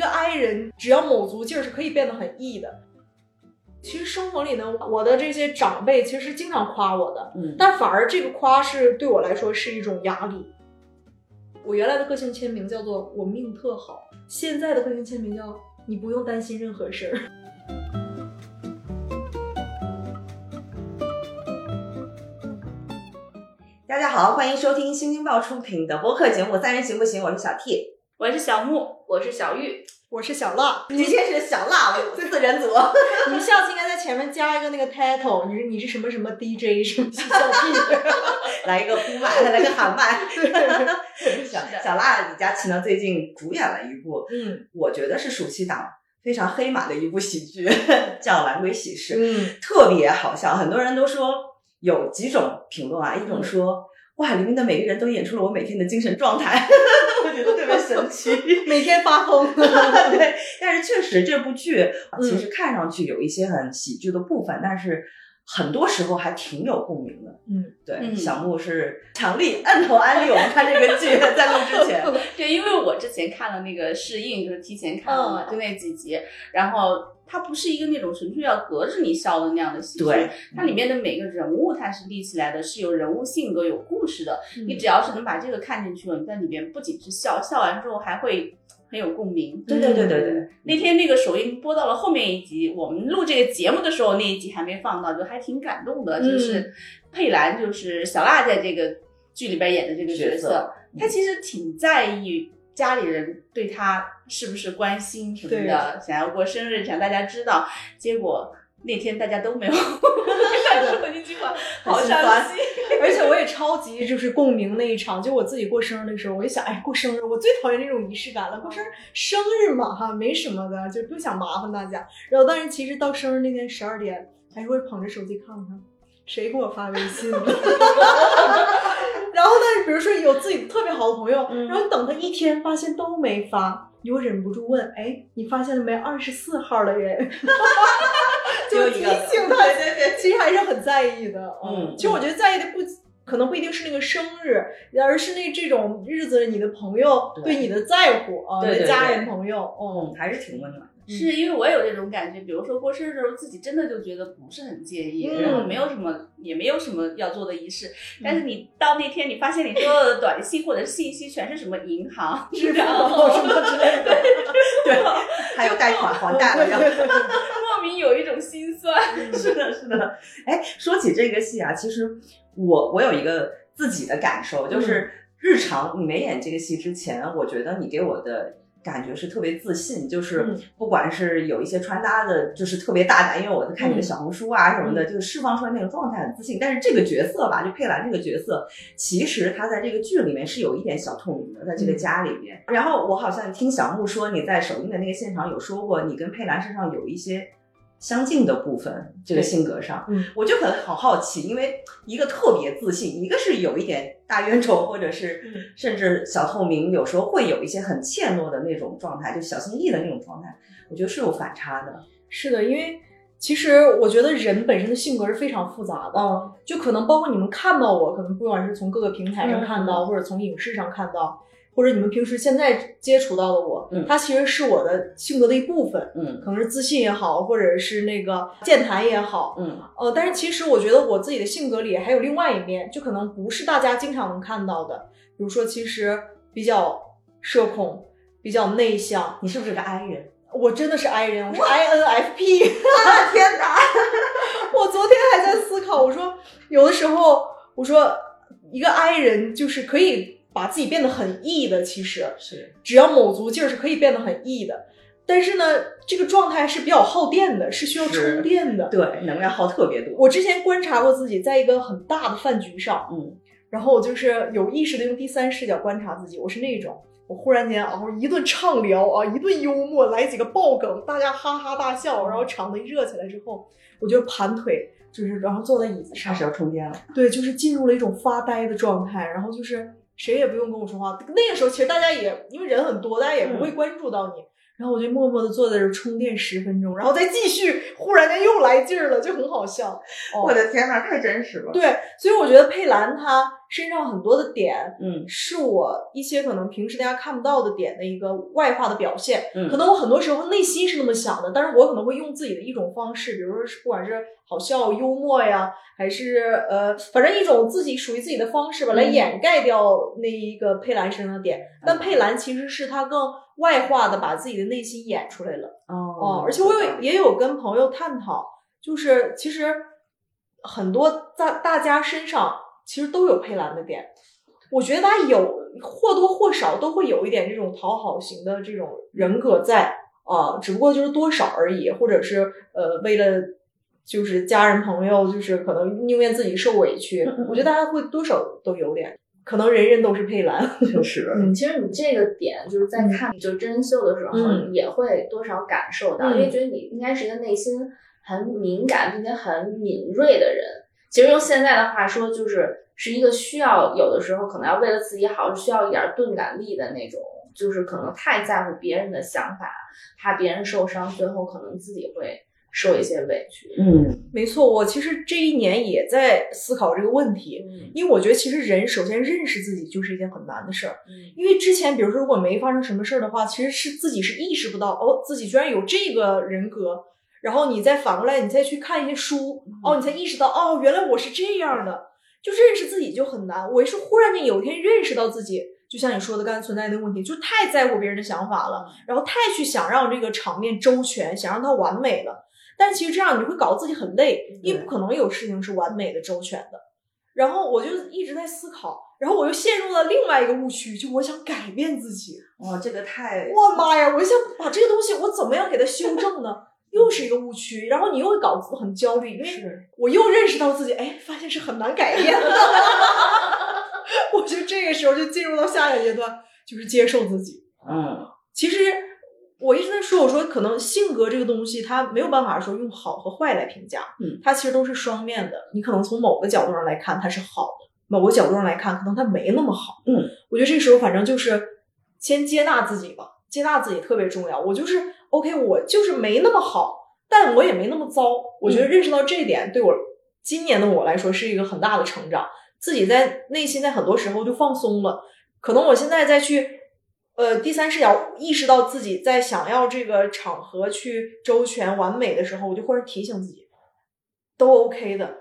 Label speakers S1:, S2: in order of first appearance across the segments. S1: I 人，只要卯足劲儿是可以变得很 E 的。其实生活里呢，我的这些长辈其实经常夸我的，
S2: 嗯，
S1: 但反而这个夸是对我来说是一种压力。我原来的个性签名叫做“我命特好”，现在的个性签名叫“你不用担心任何事儿”。
S2: 大家好，欢迎收听新京报出品的播客节目《三人行不行》，我是小 T，
S3: 我是小木，我是小玉，
S1: 我是小辣，
S2: 你这是小辣四人组，
S1: 你们下次应该在前面加一个那个 title，你是你是什么什么 DJ 什么小 P，
S2: 来一个呼麦，来个 喊麦。小
S3: 是的
S2: 小辣李佳琦呢，最近主演了一部，
S1: 嗯
S2: 我觉得是暑期档非常黑马的一部喜剧， 叫《晚归喜事》。
S1: 嗯，
S2: 特别好笑。很多人都说有几种评论啊，一种说。哇，里面的每个人都演出了我每天的精神状态， 我觉得特别神奇。
S1: 每天发疯，
S2: 对，但是确实这部剧啊
S1: 嗯
S2: 其实看上去有一些很喜剧的部分，但是很多时候还挺有共鸣的。
S1: 嗯，
S2: 对，
S3: 嗯
S2: 小木是强力摁头安利我们看这个剧， 在录 之前，
S3: 对，因为我之前看了那个试映，就是提前看了嘛，
S1: 嗯
S3: 就那几集，然后它不是一个那种纯粹要隔着你笑的那样的喜剧，
S2: 对，
S3: 它里面的每个人物它是立起来的，是有人物性格、有故事的。你
S1: 嗯
S3: 只要是能把这个看进去了，你在里面不仅是笑，笑完之后还会很有共鸣。
S2: 对对对对对，
S3: 那天那个首映播到了后面一集，我们录这个节目的时候那一集还没放到，就还挺感动的。
S1: 嗯
S3: 就是佩兰，就是小辣在这个剧里边演的这个角
S2: 角色嗯
S3: 她其实挺在意家里人对她是不是关心什么的，想要过生日，想大家知道。结果那天大家都没 有看出我那句话，好
S2: 心
S3: 伤
S2: 酸
S3: 心。啊
S1: 而且我也超级 就是共鸣那一场，就我自己过生日的时候，我就想，哎，过生日我最讨厌这种仪式感了。过生日生日嘛哈，没什么的，就不想麻烦大家。然后，但是其实到生日那天十二点，还是会捧着手机看看谁给我发微信了。 然后，但是比如说有自己特别好的朋友，
S2: 嗯
S1: 然后等他一天发现都没发，你又忍不住问，哎，你发现了没？二十四号的人， 就
S2: 就
S1: 提
S2: 一个
S1: 醒他
S2: 对对对，
S1: 其实还是很在意的。
S2: 嗯
S1: 其实我觉得在意的不可能不一定是那个生日，而是那这种日子你的朋友
S2: 对
S1: 对你的在乎啊，
S2: 对对
S1: 你的家
S2: 对
S1: 人朋友，
S2: 嗯
S1: 哦，，
S2: 还是挺温暖的。
S3: 是因为我也有这种感觉，比如说过生日的时候，自己真的就觉得不是很介意，
S1: 嗯
S3: 然后没有什么，也没有什么要做的仪式。但是你到那天，你发现你收到的短信或者信息全是什么银行
S1: 支 付宝啊什么之类的，
S2: 对，还有贷款还贷了要。
S3: 莫名有一种心酸。
S2: 是的，是的。哎，说起这个戏啊，其实我我有一个自己的感受，就是日常你没演这个戏之前，我觉得你给我的。感觉是特别自信，就是
S1: 嗯
S2: 不管是有一些穿搭的，就是特别大胆，因为我看你的小红书啊什么的，就是释放出来那种状态很自信。但是这个角色吧，就佩兰这个角色，其实她在这个剧里面是有一点小透明的，在这个家里面。然后我好像听小木说，你在首映的那个现场有说过，你跟佩兰身上有一些相近的部分，这个
S1: 对
S2: 性格上。
S1: 嗯，
S2: 我就很好好奇，因为一个特别自信，一个是有一点大冤仇，或者
S1: 嗯
S2: 是甚至小透明，有时候会有一些很怯懦的那种状态，就小心翼翼的那种状态，我觉得是有反差的。
S1: 是的，因为。其实我觉得人本身的性格是非常复杂的，
S2: 嗯，
S1: 就可能包括你们看到我，可能不管是从各个平台上
S2: 嗯
S1: 看到，或者从影视上看到，或者你们平时现在接触到的我，
S2: 嗯
S1: 它其实是我的性格的一部分，
S2: 嗯
S1: 可能是自信也好，或者是那个健谈也好，
S2: 嗯
S1: 呃，但是其实我觉得我自己的性格里还有另外一面，就可能不是大家经常能看到的，比如说其实比较社恐，比较内向，
S2: 你是不是个 I 人？
S1: 我真的是 I 人，我 是 INFP。
S2: 啊天哪！
S1: 我昨天还在思考，我说有的时候，我说一个 I 人就是可以把自己变得很 E 的，其实
S2: 是，
S1: 只要卯足劲儿是可以变得很 E 的。但是呢，这个状态是比较耗电的，是需要
S2: 是
S1: 充电的。
S2: 对，能量耗特别多。
S1: 我之前观察过自己，在一个很大的饭局上，
S2: 嗯，
S1: 然后我就是有意识的用第三视角观察自己，我是那种。我忽然间啊，我一顿畅聊啊，一顿幽默，来几个爆梗，大家哈哈大笑，然后
S2: 嗯
S1: 场子一热起来之后，我就盘腿，就是然后坐在椅子
S2: 开
S1: 上
S2: 始，要充电了。
S1: 对，就是进入了一种发呆的状态，然后就是谁也不用跟我说话。那个时候其实大家也因为人很多，大家也不会关注到你。然后我就默默的坐在这儿充电十分钟，然后再继续，忽然间又来劲儿了，就很好笑。哦
S2: 我的天哪，太真实了。
S1: 对，所以我觉得佩兰她身上很多的点，
S2: 嗯
S1: 是我一些可能平时大家看不到的点的一个外化的表现。
S2: 嗯
S1: 可能我很多时候内心是那么想的，但是我可能会用自己的一种方式，比如说是不管是好笑、幽默呀，还是呃，反正一种自己属于自己的方式吧，来
S4: 嗯
S1: 掩盖掉那一个佩兰身上的点。
S2: 嗯
S1: 但佩兰其实是她更外化的把自己的内心演出来了。哦
S2: 哦，
S1: 而且我有也有跟朋友探讨，就是其实很多大大家身上其实都有佩兰的点，我觉得他有或多或少都会有一点这种讨好型的这种人格在啊、只不过就是多少而已，或者是呃为了。就是家人朋友，就是可能宁愿自己受委屈，我觉得大家会多少都有点，可能人人都是佩兰，
S2: 确实，
S3: 嗯，其实你这个点就是在
S1: 嗯
S3: 看就真人秀的时候，
S1: 嗯
S3: 也会多少感受到，
S1: 嗯
S3: 因为觉得你应该是一个内心很敏感并且很敏锐的人。其实用现在的话说，就是是一个需要有的时候可能要为了自己好，需要一点钝感力的那种，就是可能太在乎别人的想法，怕别人受伤，最后可能自己会受一些委屈。
S2: 嗯
S1: 没错，我其实这一年也在思考这个问题，
S3: 嗯
S1: 因为我觉得其实人首先认识自己就是一件很难的事儿，
S3: 嗯
S1: 因为之前比如说如果没发生什么事儿的话，其实是自己是意识不到哦，自己居然有这个人格，然后你再反过来你再去看一些书，哦，你才意识到哦，原来我是这样的，就认识自己就很难。我也是忽然间有一天认识到自己，就像你说的刚才存在的问题，就太在乎别人的想法了，然后太去想让这个场面周全，想让它完美了。但其实这样你会搞得自己很累，因为
S2: 对
S1: 不可能有事情是完美的、周全的。然后我就一直在思考，然后我又陷入了另外一个误区，就我想改变自己。
S2: 哇，哦这个太
S1: 我妈呀！我想把这个东西，我怎么样给它修正呢？又是一个误区，然后你又会搞得很焦虑，因为
S2: 是
S1: 我又认识到自己，哎，发现是很难改变的。 我就这个时候就进入到下一个阶段，就是接受自己。
S2: 嗯
S1: 其实我一直在说，我说可能性格这个东西，它没有办法说用好和坏来评价，
S2: 嗯，
S1: 它其实都是双面的。你可能从某个角度上来看它是好的，某个角度上来看可能它没那么好，
S2: 嗯，
S1: 我觉得这时候反正就是先接纳自己吧，接纳自己特别重要。我就是 OK，我就是没那么好，但我也没那么糟。我觉得认识到这一点，对我今年的我来说是一个很大的成长。自己在内心在很多时候就放松了，可能我现在再去，呃，第三视角意识到自己在想要这个场合去周全完美的时候，我就忽然提醒自己，都 OK 的，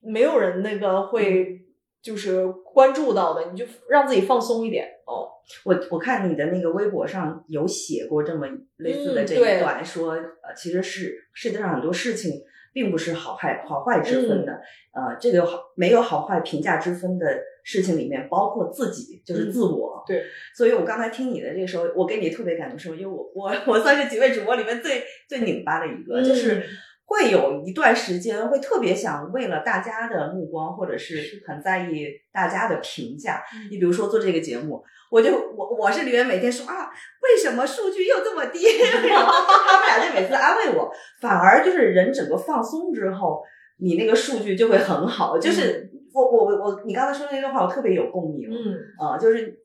S1: 没有人那个会就是关注到的，你就让自己放松一点哦。
S2: 我我看你的那个微博上有写过这么类似的
S1: 嗯
S2: 这
S1: 对
S2: 一段，说呃，其实是世界上很多事情并不是好坏好坏之分的，
S1: 嗯
S2: 呃，这个好没有好坏评价之分的事情里面，包括自己就是
S1: 嗯
S2: 自我。
S1: 对，
S2: 所以我刚才听你的这个时候，我跟你特别感同身受，因为我我我算是几位主播里面最最拧巴的一个，
S1: 嗯
S2: 就是。会有一段时间会特别想为了大家的目光，或者是很在意大家的评价。你比如说做这个节目，我就我我是里面每天说啊，为什么数据又这么低？ 然后他们俩就每次安慰我，反而就是人整个放松之后，你那个数据就会很好。就是我我我我，你刚才说的那段话，我特别有共鸣。
S1: 嗯，
S2: 啊、就是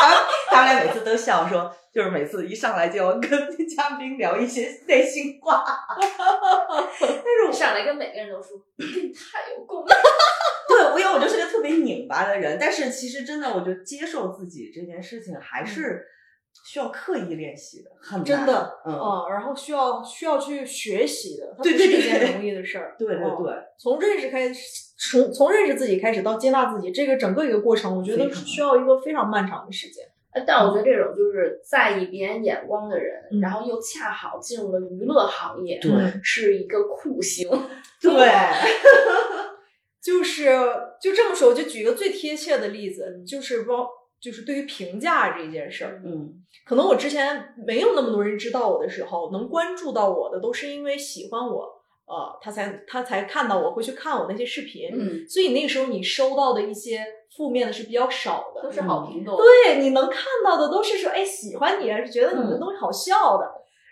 S2: 他们他们俩每次都笑说，就是每次一上来就要跟嘉宾聊一些内心话。
S3: 上来跟每个人都说 太有共鸣了，
S2: 对，我因为我就是个特别拧巴的人，但是其实真的，我觉得接受自己这件事情还是需要刻意练习的，很难
S1: 真的，
S2: 嗯，
S1: 啊，然后需要需要去学习的，它不
S2: 对对
S1: 是一
S2: 对
S1: 件容易的 事儿。
S2: 对对
S1: 哦
S2: 对，
S1: 从认识开始，从从认识自己开始到接纳自己，这个整个一个过程，我觉得
S2: 非常
S1: 需要一个非常漫长的时间。
S3: 呃但我觉得这种就是在意别人眼光的人，
S1: 嗯
S3: 然后又恰好进入了娱乐行业，
S2: 对
S1: 嗯
S3: 是一个酷刑。
S2: 对，
S1: 就是就这么说，我就举一个最贴切的例子，就是包就是对于评价这件事儿，
S2: 嗯
S1: 可能我之前没有那么多人知道我的时候，能关注到我的都是因为喜欢我，呃，他才他才看到我，会去看我那些视频，
S4: 嗯，
S1: 所以那个时候你收到的一些负面的是比较少的，
S4: 都是好评都。
S1: 对，你能看到的都是说，哎，喜欢你，还是觉得你的
S4: 嗯
S1: 东西好笑的。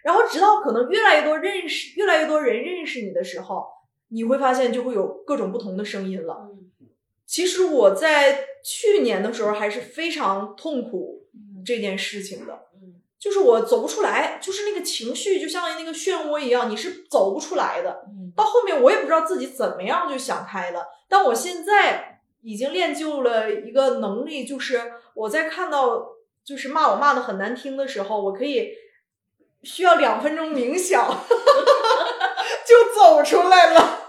S1: 然后直到可能越来越多认识，越来越多人认识你的时候，你会发现就会有各种不同的声音了。其实我在去年的时候还是非常痛苦
S2: 嗯
S1: 这件事情的，
S3: 嗯
S1: 就是我走不出来，就是那个情绪就像那个漩涡一样，你是走
S2: 嗯
S1: 不出来的。到后面我也不知道自己怎么样就想开了，但我现在已经练就了一个能力，就是我在看到就是骂我骂的很难听的时候，我可以需要两分钟冥想 就走出来了。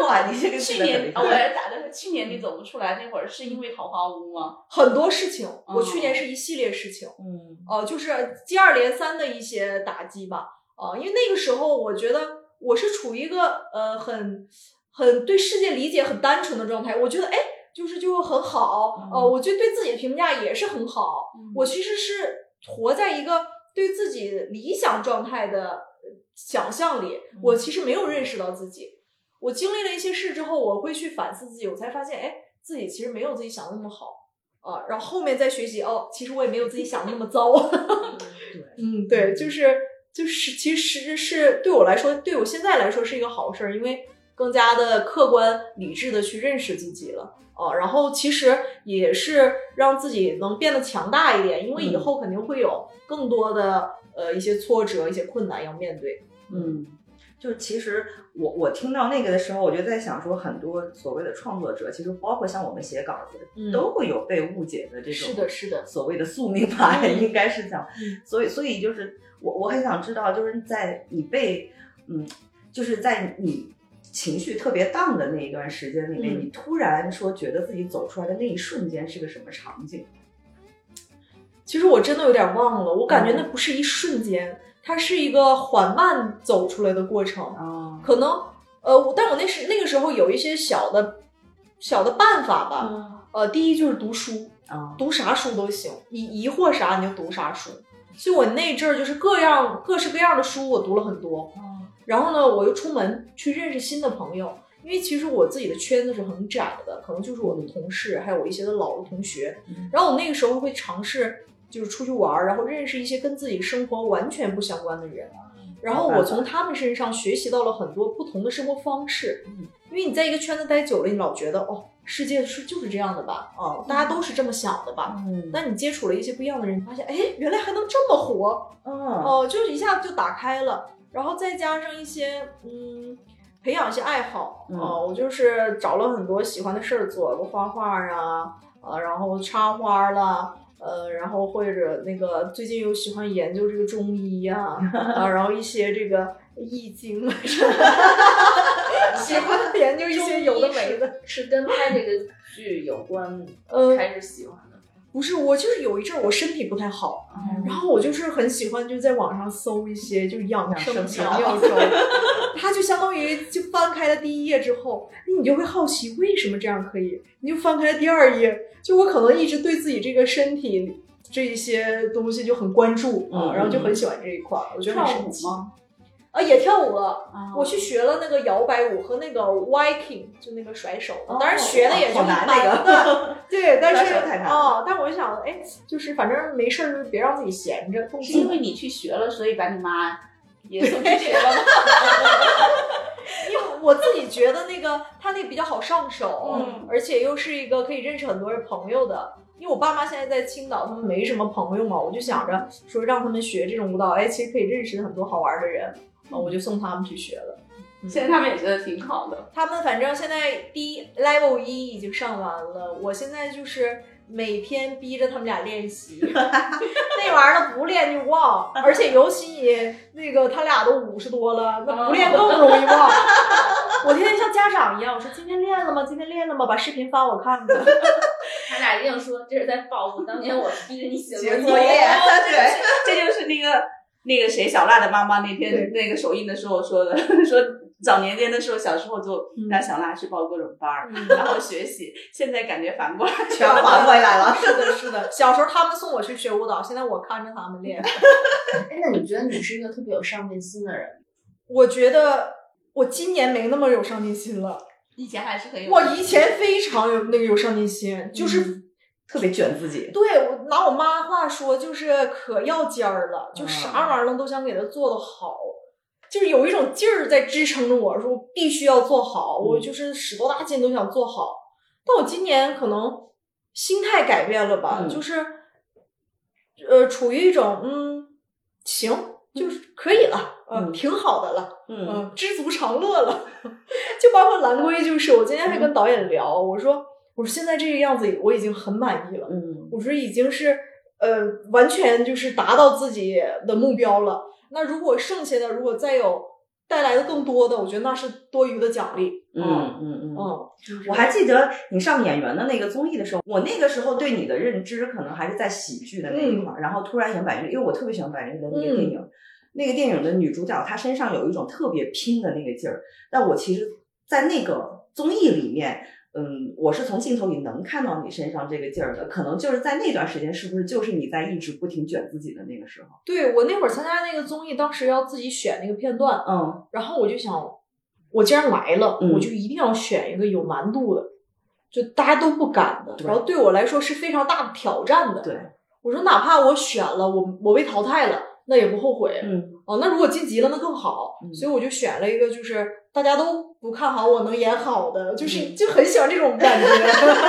S2: 哇，你这个
S4: 去
S2: 真的很厉
S4: 年
S2: 害
S4: 啊，我来打断，去年你走不出来那会儿是因为桃花坞吗？
S1: 很多事情，我去年是一系列事情。
S4: 嗯，
S1: 呃，就是接二连三的一些打击吧。啊、因为那个时候我觉得我是处于一个呃很很对世界理解很单纯的状态，我觉得哎，就是就很好，呃，
S4: 嗯
S1: 我觉得对自己的评价也是很好。
S3: 嗯
S1: 我其实是活在一个对自己理想状态的呃想象里，我其实没有认识到自己。我经历了一些事之后，我会去反思自己，我才发现，哎，自己其实没有自己想的那么好。啊，然后后面再学习哦，其实我也没有自己想的那么糟。嗯，对，就是就是，其实是对我来说，对我现在来说是一个好事儿，因为更加的客观理智的去认识自己了。哦，然后其实也是让自己能变得强大一点，因为以
S2: 嗯
S1: 后肯定会有更多的呃一些挫折、一些困难要面对。
S2: 嗯，就其实我我听到那个的时候，我就在想说，很多所谓的创作者，其实包括像我们写稿子，
S1: 嗯
S2: 都会有被误解的这种
S1: 是的，是的，
S2: 所谓的宿命吧，
S1: 嗯
S2: 应该是讲
S1: 嗯，
S2: 所以所以就是我我很想知道，就是在你被嗯，就是在你情绪特别荡的那一段时间里面，
S1: 嗯
S2: 你突然说觉得自己走出来的那一瞬间是个什么场景？
S1: 其实我真的有点忘了，我感觉那不是一瞬间，它是一个缓慢走出来的过程。
S2: 啊，
S1: 可能呃，我但我那时那个时候有一些小的小的办法吧。
S4: 嗯
S1: 呃，第一就是读书，
S2: 啊，
S1: 读啥书都行，你疑惑啥你就读啥书。所以我那阵儿就是各样各式各样的书我读了很多，然后呢，我又出门去认识新的朋友，因为其实我自己的圈子是很窄的，可能就是我的同事，还有我一些的老的同学
S2: 嗯。
S1: 然后我那个时候会尝试就是出去玩儿，然后认识一些跟自己生活完全不相关的人。
S2: 嗯
S1: 然后我从他们身上学习到了很多不同的生活方式，
S2: 嗯
S1: 因为你在一个圈子待久了，你老觉得哦，世界是就是这样的吧，哦，大家都是这么想的吧。
S2: 嗯，
S1: 那你接触了一些不一样的人，发现哎，原来还能这么活
S2: 哦，
S1: 哦，就是一下就打开了。然后再加上一些嗯，培养一些爱好
S2: 嗯
S1: 哦，我就是找了很多喜欢的事儿做，我画画啊，呃，然后插花啦。呃，然后或者那个最近有喜欢研究这个中医呀、啊，然后一些这个易经 啊什么的，喜欢研究一些有的没的。
S3: 是跟拍这个剧有关，
S1: 呃
S3: 开始喜欢的。
S1: 不是，我就是有一阵儿我身体不太好，
S3: 嗯
S1: 然后我就是很喜欢就在网上搜一些就养生
S2: 养生
S1: 调料粥， 它就相当于就翻开了第一页之后，你就会好奇为什么这样可以，你就翻开了第二页，就我可能一直对自己这个身体这一些东西就很关注啊，
S2: 嗯
S1: 然后就很喜欢这一块儿，我觉得很
S4: 跳
S1: 神
S4: 舞
S1: 奇。
S4: 吗？
S1: 啊，也跳舞了，
S4: 啊
S1: 我去学了那个摇摆舞和那个 Viking，就那个甩手的
S2: 哦，
S1: 当然学的也就
S2: 好
S1: 一
S2: 难
S1: 般。
S2: 那 个
S1: 对，但是
S2: 甩手太难了
S1: 哦，但我就想，哎，就是反正没事儿，就别让自己闲着，动
S4: 是因
S1: 心。
S4: 为你去学了，所以把你妈也送去学了吗？
S1: 因为我自己觉得那个他那个比较好上手，
S4: 嗯
S1: 而且又是一个可以认识很多人朋友的。因为我爸妈现在在青岛，他们没什么朋友嘛，我就想着说让他们学这种舞蹈，哎，其实可以认识很多好玩的人，啊，我就送他们去学了。
S4: 现在他们也觉得挺好的。
S1: 他们反正现在第一 level 一已经上完了，我现在就是每天逼着他们俩练习， 那玩意儿呢不练就忘，而且尤其你那个他俩都五十多了，那不练更容易忘。 我天天像家长一样，我说今天练了吗？今天练了吗？把视频发我看 吧。
S3: 他俩一定说这是在报复当年我逼着你写
S2: 写
S3: 作
S2: 作
S3: 业
S2: 业。
S4: 对， 这就是那个那个谁小辣的妈妈那天那个首映的时候说的， 说早年间的时候，小时候就让小辣去报各种班儿，然后学习，现在感觉反过来了
S2: 全还回来了。
S1: 啊是的，是的。小时候他们送我去学舞蹈，现在我看着他们练。
S3: 哎，那你觉得你是一个特别有上进心的人吗？
S1: 我觉得我今年没那么有上进心了，
S4: 以前还是很有
S1: 我以前非常有那个有上进心，就是
S2: 特别卷自己，
S1: 对我拿我妈话说，就是可要尖儿了，
S2: 嗯
S1: 就啥玩意儿呢都想给她做得好，就是有一种劲儿在支撑着我，说必须要做好，我
S2: 嗯
S1: 就是使多大劲都想做好。但我今年可能心态改变了吧，
S2: 嗯
S1: 就是呃，处于一种嗯，行，就是可以了，
S2: 嗯
S1: 嗯，挺好的了。呃
S2: 嗯 嗯
S1: 嗯，知足常乐了。就包括蓝龟，就是我今天还跟导演聊，我说。我说现在这个样子我已经很满意了，
S2: 嗯，
S1: 我说已经是呃完全就是达到自己的目标了。那如果剩下的如果再有带来的更多的，我觉得那是多余的奖励。
S2: 嗯嗯嗯。
S1: 嗯，就是
S2: 我还记得你上演员的那个综艺的时候，我那个时候对你的认知可能还是在喜剧的那
S1: 嗯
S2: 一块儿，然后突然演百元，因为我特别喜欢百元的那个电影，那个电影的女主角她身上有一种特别拼的那个劲儿，但我其实，在那个综艺里面。嗯，我是从镜头里能看到你身上这个劲儿的，可能就是在那段时间，是不是就是你在一直不停卷自己的那个时候？
S1: 对我那会儿参加那个综艺，当时要自己选那个片段，
S2: 嗯
S1: 然后我就想，我既然来了，
S2: 嗯
S1: 我就一定要选一个有难度的，就大家都不敢的，
S2: 对
S1: 然后对我来说是非常大的挑战的。
S2: 对，
S1: 我说哪怕我选了，我我被淘汰了，那也不后悔。
S2: 嗯
S1: 哦，那如果晋级了，那更好。
S2: 嗯
S1: 所以我就选了一个，就是大家都不看好我能演好的，就是、
S2: 嗯
S1: 就很喜欢这种感觉。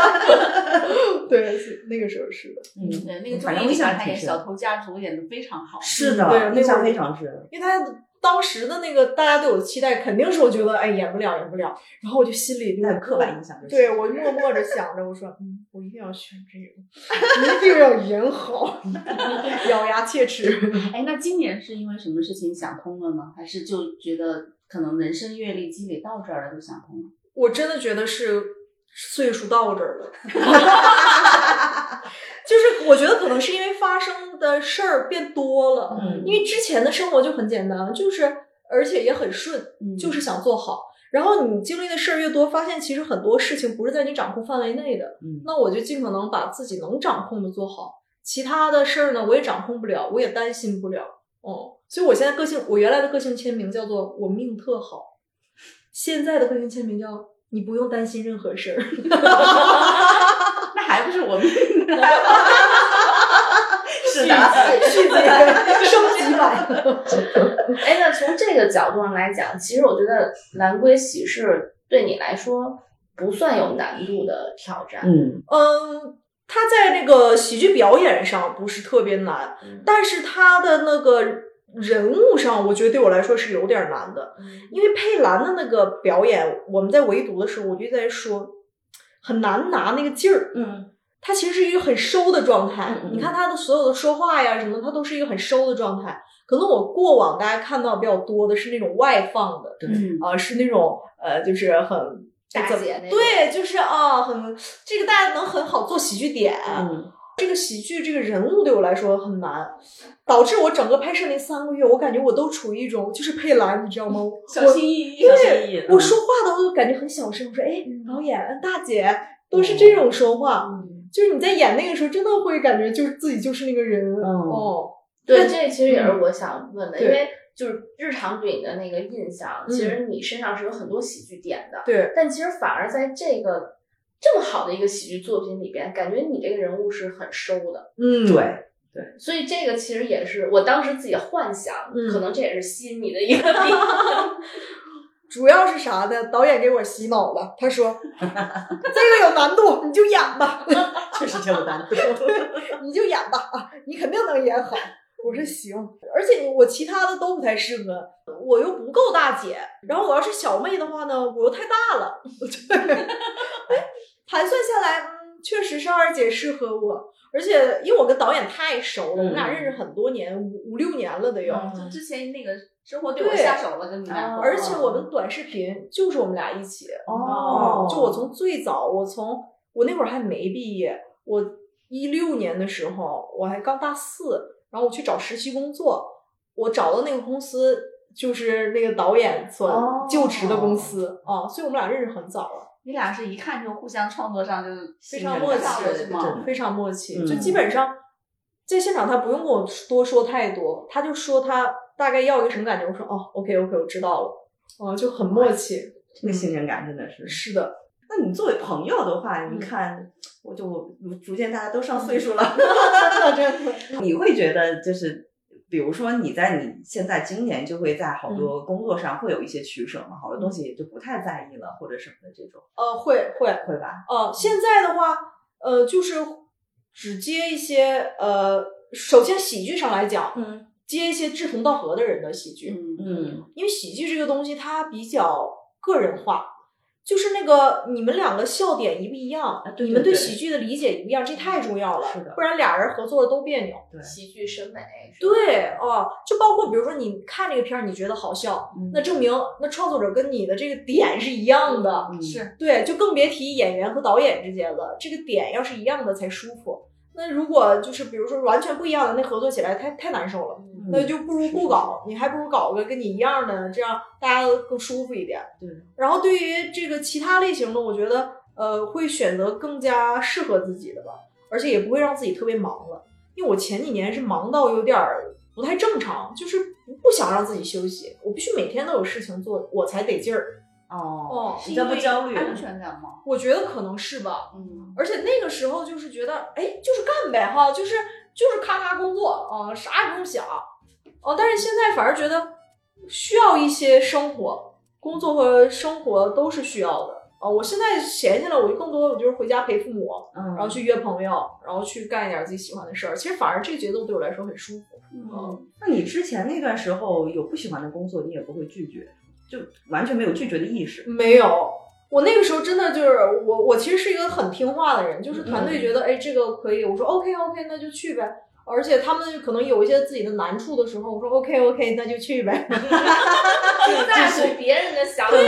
S1: 对，是那个时候是的，
S2: 嗯，
S4: 对，那个综
S2: 反正
S4: 艺
S2: 印
S4: 里
S2: 象
S4: 面他
S2: 挺
S4: 演
S2: 深
S4: 小偷家族演的非常好，
S2: 是
S1: 嗯对
S2: 的，印
S1: 那会
S2: 象
S1: 儿
S2: 非常深。
S1: 因为他当时的那个大家对我的期待，肯定是我觉得哎演不了，演不了。然后我就心里就
S2: 那刻板印象就是
S1: 对我默默着想着，我说，嗯，我一定要选这 个，一定要演好， 咬牙切齿。
S4: 哎，那今年是因为什么事情想通了呢？还是就觉得可能人生阅历积累到这儿了就想通了？
S1: 我真的觉得是岁数到这儿了， 就是我觉得可能是因为发生的事儿变多了，
S2: 嗯
S1: 因为之前的生活就很简单，就是而且也很顺，
S4: 嗯
S1: 就是想做好。然后你经历的事儿越多，发现其实很多事情不是在你掌控范围内的，
S2: 嗯
S1: 那我就尽可能把自己能掌控的做好，其他的事儿呢，我也掌控不了，我也担心不了。哦、所以我现在个性，我原来的个性签名叫做“我命特好”，现在的个性签名叫“你不用担心任何 事儿
S4: 那还不是我们
S2: 是的，”，
S1: 续集 升级版。
S3: 哎，那从这个角度上来讲，其实我觉得蓝龟喜事对你来说不算有难度的挑战。
S2: 嗯
S1: 嗯，它在那个喜剧表演上不是特别难，
S2: 嗯
S1: 但是它的那个人物上，我觉得对我来说是有点难的。
S2: 嗯
S1: 因为佩兰的那个表演，我们在围读的时候，我就在说很难拿那个劲儿。
S2: 嗯
S1: 他其实是一个很收的状态，
S2: 嗯嗯
S1: 你看他的所有的说话呀什么，他都是一个很收的状态。可能我过往大家看到比较多的是那种外放的，
S4: 嗯，
S1: 啊、是那种呃，就是很
S3: 大
S1: 怎么
S3: 姐那种
S1: 对，就是啊，很这个大家能很好做喜剧点，
S2: 嗯
S1: 这个喜剧这个人物对我来说很难，导致我整个拍摄那三个月，我感觉我都处于一种就是佩兰，你知道吗？我
S4: 小心翼翼，嗯
S1: 对
S2: 心翼翼
S1: 我说话都感觉很小声，我说哎，导演大姐都是这种说话，
S3: 嗯
S1: 就是你在演那个时候，真的会感觉就是自己就是那个人，
S2: 嗯
S1: 哦，
S3: 对，这其实也是我想问的，
S1: 嗯对
S3: 因为就是日常对你的那个印象，
S1: 嗯
S3: 其实你身上是有很多喜剧点的，
S1: 对，
S3: 但其实反而在这个这么好的一个喜剧作品里边，感觉你这个人物是很收的，
S1: 嗯，
S2: 对，
S3: 所以这个其实也是我当时自己幻想，
S1: 嗯
S3: 可能这也是吸引你的一个 地方。
S1: 主要是啥呢？导演给我洗脑了，他说这个有难度，你就演吧，
S2: 确实挺有难度。
S1: 你就演吧啊，你肯定能演好。我说行，而且我其他的都不太适合，我又不够大姐，然后我要是小妹的话呢，我又太大了。 哎，盘算下来，嗯，确实是二姐适合我，而且因为我跟导演太熟了，我们俩
S2: 嗯
S1: 认识很多年，五五六年了得有。
S4: 就之前那个生活对啊我
S1: 对
S4: 下手了，跟你俩，
S3: 哦
S1: 而且我们短视频就是我们俩一起，
S2: 哦
S1: 就我从最早，我从我那会儿还没毕业，我一六年的时候，我还刚大四，然后我去找实习工作，我找到那个公司就是那个导演
S2: 哦
S1: 所就职的公司啊、所以我们俩认识很早了，
S4: 你俩是一看就互相创作上就
S1: 非常默契
S4: 了，是
S2: 对对
S4: 吗
S2: 对？
S1: 非常默契，
S2: 嗯
S1: 就基本上在现场他不用跟我多说太多，他就说他大概要一个什么感觉，我说哦，OK OK，我知道了，哦、就很默契，
S2: 这个信任感真的是。
S1: 是的。
S2: 那你作为朋友的话，你
S1: 嗯
S2: 看，我就逐渐大家都上岁数 了，
S1: 真的，
S2: 你会觉得就是，比如说你在你现在今年就会在好多工作上会有一些取舍嘛，好多东西也就不太在意了，或者什么的这种，
S1: 呃，会会，
S2: 会吧？
S1: 呃，现在的话，呃，就是只接一些呃，首先喜剧上来讲，
S2: 嗯
S1: 接一些志同道合的人的喜剧，
S4: 嗯
S2: 嗯
S1: 因为喜剧这个东西它比较个人化，就是那个你们两个笑点一不一样，
S2: 啊对
S1: 你们
S2: 对对
S1: 喜剧的理解一不一样，这太重要了，
S2: 是的
S1: 不然俩人合作了都别扭。
S3: 喜剧审美，是吧，
S1: 对哦，就包括比如说你看这个片儿，你觉得好笑，
S2: 嗯
S1: 那证明那创作者跟你的这个点是一样的，
S2: 嗯
S3: 是
S1: 对，就更别提演员和导演之间了，这个点要是一样的才舒服。那如果就是比如说完全不一样的，那合作起来太太难受了。
S3: 嗯
S1: 那就不如不搞，你还不如搞个跟你一样的，这样大家更舒服一点。
S2: 对。
S1: 然后对于这个其他类型的，我觉得呃会选择更加适合自己的吧，而且也不会让自己特别忙了。因为我前几年是忙到有点儿不太正常，就是不不想让自己休息，我必须每天都有事情做，我才得劲儿。
S2: 哦，
S1: 哦
S2: 你在不焦虑
S4: 安全感吗？
S1: 我觉得可能是吧。
S4: 嗯，
S1: 而且那个时候就是觉得，哎，就是干呗哈，就是就是咔咔工作啊、啥也不用想哦、但是现在反而觉得需要一些生活、工作和生活都是需要的啊、我现在闲下来，我就更多我就是回家陪父母，
S2: 然
S1: 然后去约朋友，然后去干一点自己喜欢的事儿。其实反而这个节奏对我来说很舒服。
S4: 嗯，
S2: 那你之前那段时候有不喜欢的工作，你也不会拒绝，就完全没有拒绝的意识。
S1: 没有，我那个时候真的就是我，我其实是一个很听话的人，
S3: 嗯
S1: 就是团队觉得哎这个可以，我说 OK OK 那就去呗。而且他们可能有一些自己的难处的时候，我说 OK OK 那就去 呗。
S3: 不在乎别人的想法，
S2: 对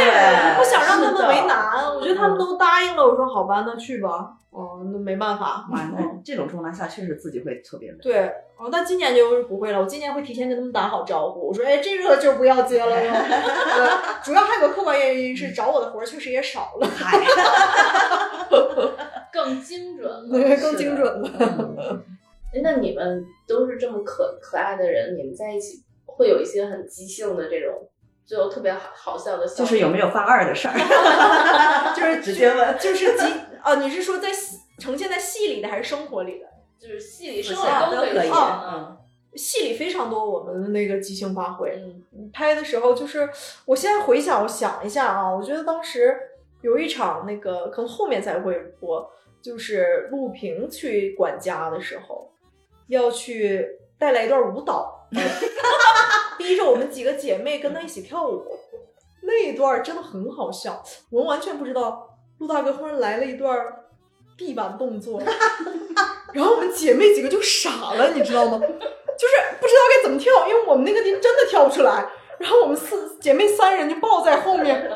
S1: 不想让他们为
S3: 哎是的嗯
S1: 难，我觉得他们都答应了。我说好吧，那去吧。哦、那没办法。
S2: 哇，那这种状态下确实自己会特别累。
S1: 对，哦，但今年就是不会了。我今年会提前跟他们打好招呼，我说，哎，这个就不要接了 哟。呃主要还有个客观原因是找我的活儿确实也少了，
S3: 更精准了。
S1: 更精准了。
S2: 嗯
S3: 哎那你们都是这么可可爱的人，你们在一起会有一些很即兴的这种，就特别好好笑的笑
S2: 就
S3: 话，
S2: 是有没有犯二的事儿，
S1: 就是
S2: 直接 问
S1: 就是集啊，你是说在戏呈现在戏里的还是生活里的？
S3: 就是戏里生活
S2: 啊
S3: 都
S2: 都
S3: 可以
S2: 可以，
S3: 笑啊
S2: 嗯，
S1: 戏里非常多我们的那个即兴发挥，
S3: 嗯
S1: 拍的时候，就是我现在回想，我想一下啊，我觉得当时有一场那个可能后面才会播，就是陆平去管家的时候，要去带来一段舞蹈，呃 逼着我们几个姐妹跟他一起跳舞，那一段真的很好笑，我们完全不知道陆大哥忽然来了一段地板动作， 然后我们姐妹几个就傻了，你知道吗？就是不知道该怎么跳，因为我们那个地方真的跳不出来。然后我们四姐妹三人就抱在后面，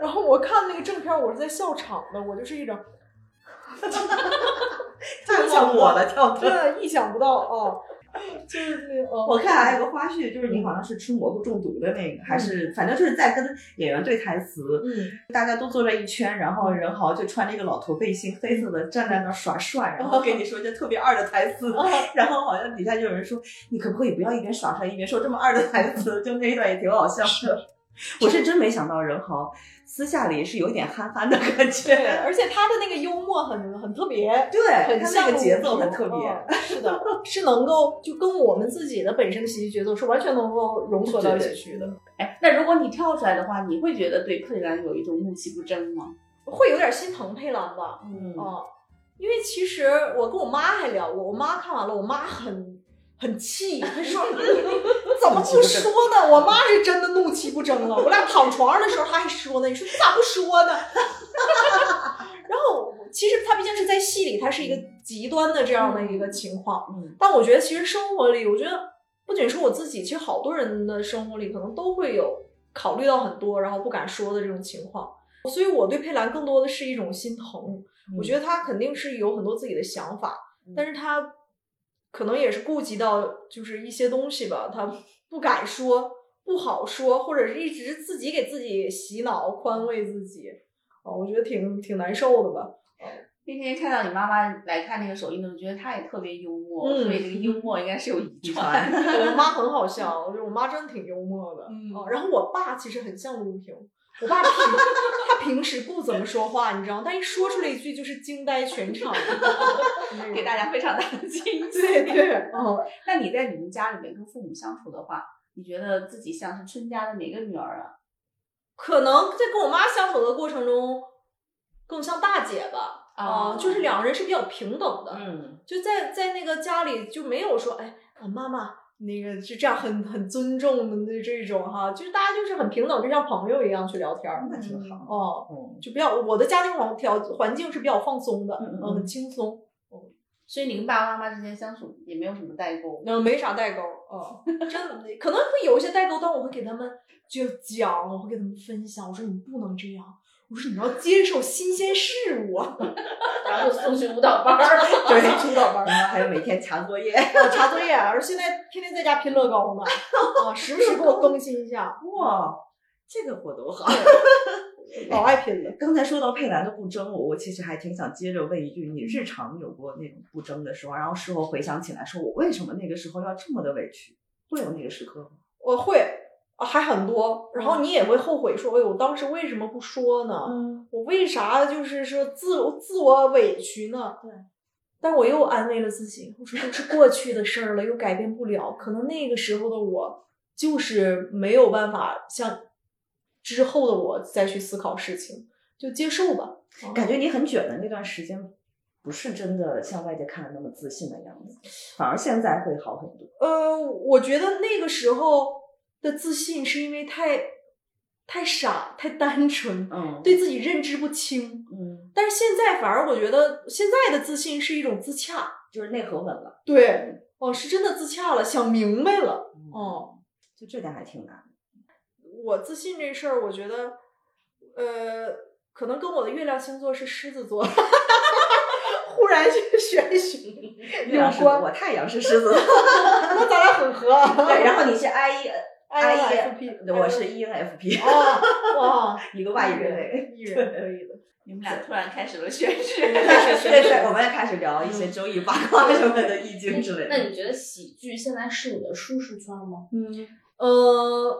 S1: 然后我看那个正片，我是在笑场的，我就是一种
S2: 太像我了，跳
S1: 真
S2: 的。
S1: 的意想不到哦，就是那个
S2: 我
S1: 哦，
S2: 看还有个花絮，就是你好像是吃蘑菇中毒的那个，还
S3: 嗯
S2: 是反正就是在跟演员对台词，
S1: 嗯，
S2: 大家都坐在一圈，然后任豪就穿着一个老头背心，黑色的站在那儿耍帅，然后给你说一些特别二的台 词，
S1: 啊
S2: 然后好像底下就有人说，你可不可以不要一边耍帅一边说这么二的台词？就那一段也挺好笑的。我是真没想到任豪私下里是有点憨憨的感
S1: 对，
S2: 觉，
S1: 而且他的那个幽默很很特别。
S2: 对，
S1: 很
S2: 他
S1: 像
S2: 那个节奏
S1: 我们
S2: 很特 别，
S1: 嗯是的，是能够就跟我们自己的本身喜剧节奏是完全能够融合到一起去的，
S4: 哎，那如果你跳出来的话，你会觉得对佩兰有一种怒其不争吗？
S1: 会有点心疼佩兰吧，
S2: 嗯
S1: 哦，因为其实我跟我妈还聊过，我妈看完了，我妈很很气， 她说你怎么不说呢？我妈是真的怒气不争了。我俩躺床上的时候，她还说呢，你说你咋不说呢？ 然后其实她毕竟是在戏里，她是一个极端的这样的一个情况，
S2: 嗯，
S1: 但我觉得其实生活里，我觉得不仅是我自己，其实好多人的生活里可能都会有考虑到很多，然后不敢说的这种情况。所以我对佩兰更多的是一种心疼，
S4: 嗯
S1: 我觉得她肯定是有很多自己的想法，但是她可能也是顾及到就是一些东西吧，她不敢说，不好说，或者是一直自己给自己洗脑宽慰自己，啊，我觉得挺挺难受的 吧。
S4: 那天看到你妈妈来看那个首映的，我觉得她也特别幽默，
S1: 嗯
S4: 所以这个幽默应该是有遗
S2: 遗
S4: 传。
S2: 传
S1: 我妈很好笑，我觉得我妈真的挺幽默的。
S4: 嗯
S1: 哦，然后我爸其实很像陆平，我爸平他平时不怎么说话，你知道吗，但一说出来一句就是惊呆全场，
S4: 给大。家非常大的惊喜。
S1: 对对，嗯，
S4: 那你在你们家里面跟父母相处的话，你觉得自己像是春家的哪个女儿啊？
S1: 可能在跟我妈相处的过程中，更像大姐吧，啊、
S4: 哦
S1: 就是两个人是比较平等的，
S2: 嗯，
S1: 就在在那个家里就没有说，哎，啊妈妈，那个就这样很很尊重的那这种哈，就是大家就是很平等，就像朋友一样去聊天儿
S2: 那挺好。
S1: 哦，
S2: 嗯，
S1: 就比较我的家庭环条环境是比较放松的，
S2: 嗯嗯
S1: 嗯，很轻松，
S4: 所以你跟爸爸妈妈之间相处也没有什么代沟。
S1: 嗯，没啥代沟， 哦，真的可能会有一些代沟，但我会给他们就讲，我会给他们分享，我说你不能这样，我说你要接受新鲜事物啊，
S3: 然后就送去舞 蹈班儿。
S1: 对，出导班儿。
S2: 然后还有每天查作业，
S1: 我查作业，而现在天天在家拼乐高 呢，啊，时不时给我更新一下，
S2: 哇，这个活动好。
S1: 老哦爱拼了。
S2: 刚才说到佩兰的不争，我我其实还挺想接着问一句，你日常有过那种不争的时候，然后事后回想起来，说我为什么那个时候要这么的委屈？会有那个时刻吗？
S1: 我会，啊还很多，然后你也会后悔说，哎呦，我当时为什么不说呢？
S2: 嗯，
S1: 我为啥就是说自自我委屈呢？
S2: 对。
S1: 但我又安慰了自己，我说这是过去的事儿了，又改变不了。可能那个时候的我就是没有办法像之后的我再去思考事情，就接受吧。啊
S2: 感觉你很卷的那段时间，不是真的像外界看的那么自信的样子，反而现在会好很多。
S1: 呃，我觉得那个时候的自信是因为太太傻、太单纯，
S2: 嗯，，
S1: 对自己认知不清。
S2: 嗯，
S1: 但是现在反而我觉得现在的自信是一种自洽，
S2: 就是内核稳了。
S1: 对，哦，是真的自洽了，想明白了。
S2: 嗯
S1: 哦，
S2: 就这点还挺难。
S1: 我自信这事儿，我觉得，呃，可能跟我的月亮星座是狮子座，忽然去玄学，
S2: 月亮是
S1: 关
S2: 我太阳是狮 子 座，
S1: 那咱俩很合啊。
S2: 对，然后你是 I E
S1: I
S2: I
S1: N F P，
S2: E，我是 E N F P，
S1: 啊哇，
S2: 一个外一个内。
S1: 艺人可以的。
S4: 你们俩突然开始了玄学，
S2: 对对，我们也开始聊一些
S1: 嗯
S2: 周易八卦什么的易经之类
S3: 那
S2: 的。
S3: 你觉得喜剧现在是你的舒适圈吗？
S2: 嗯，
S1: 呃，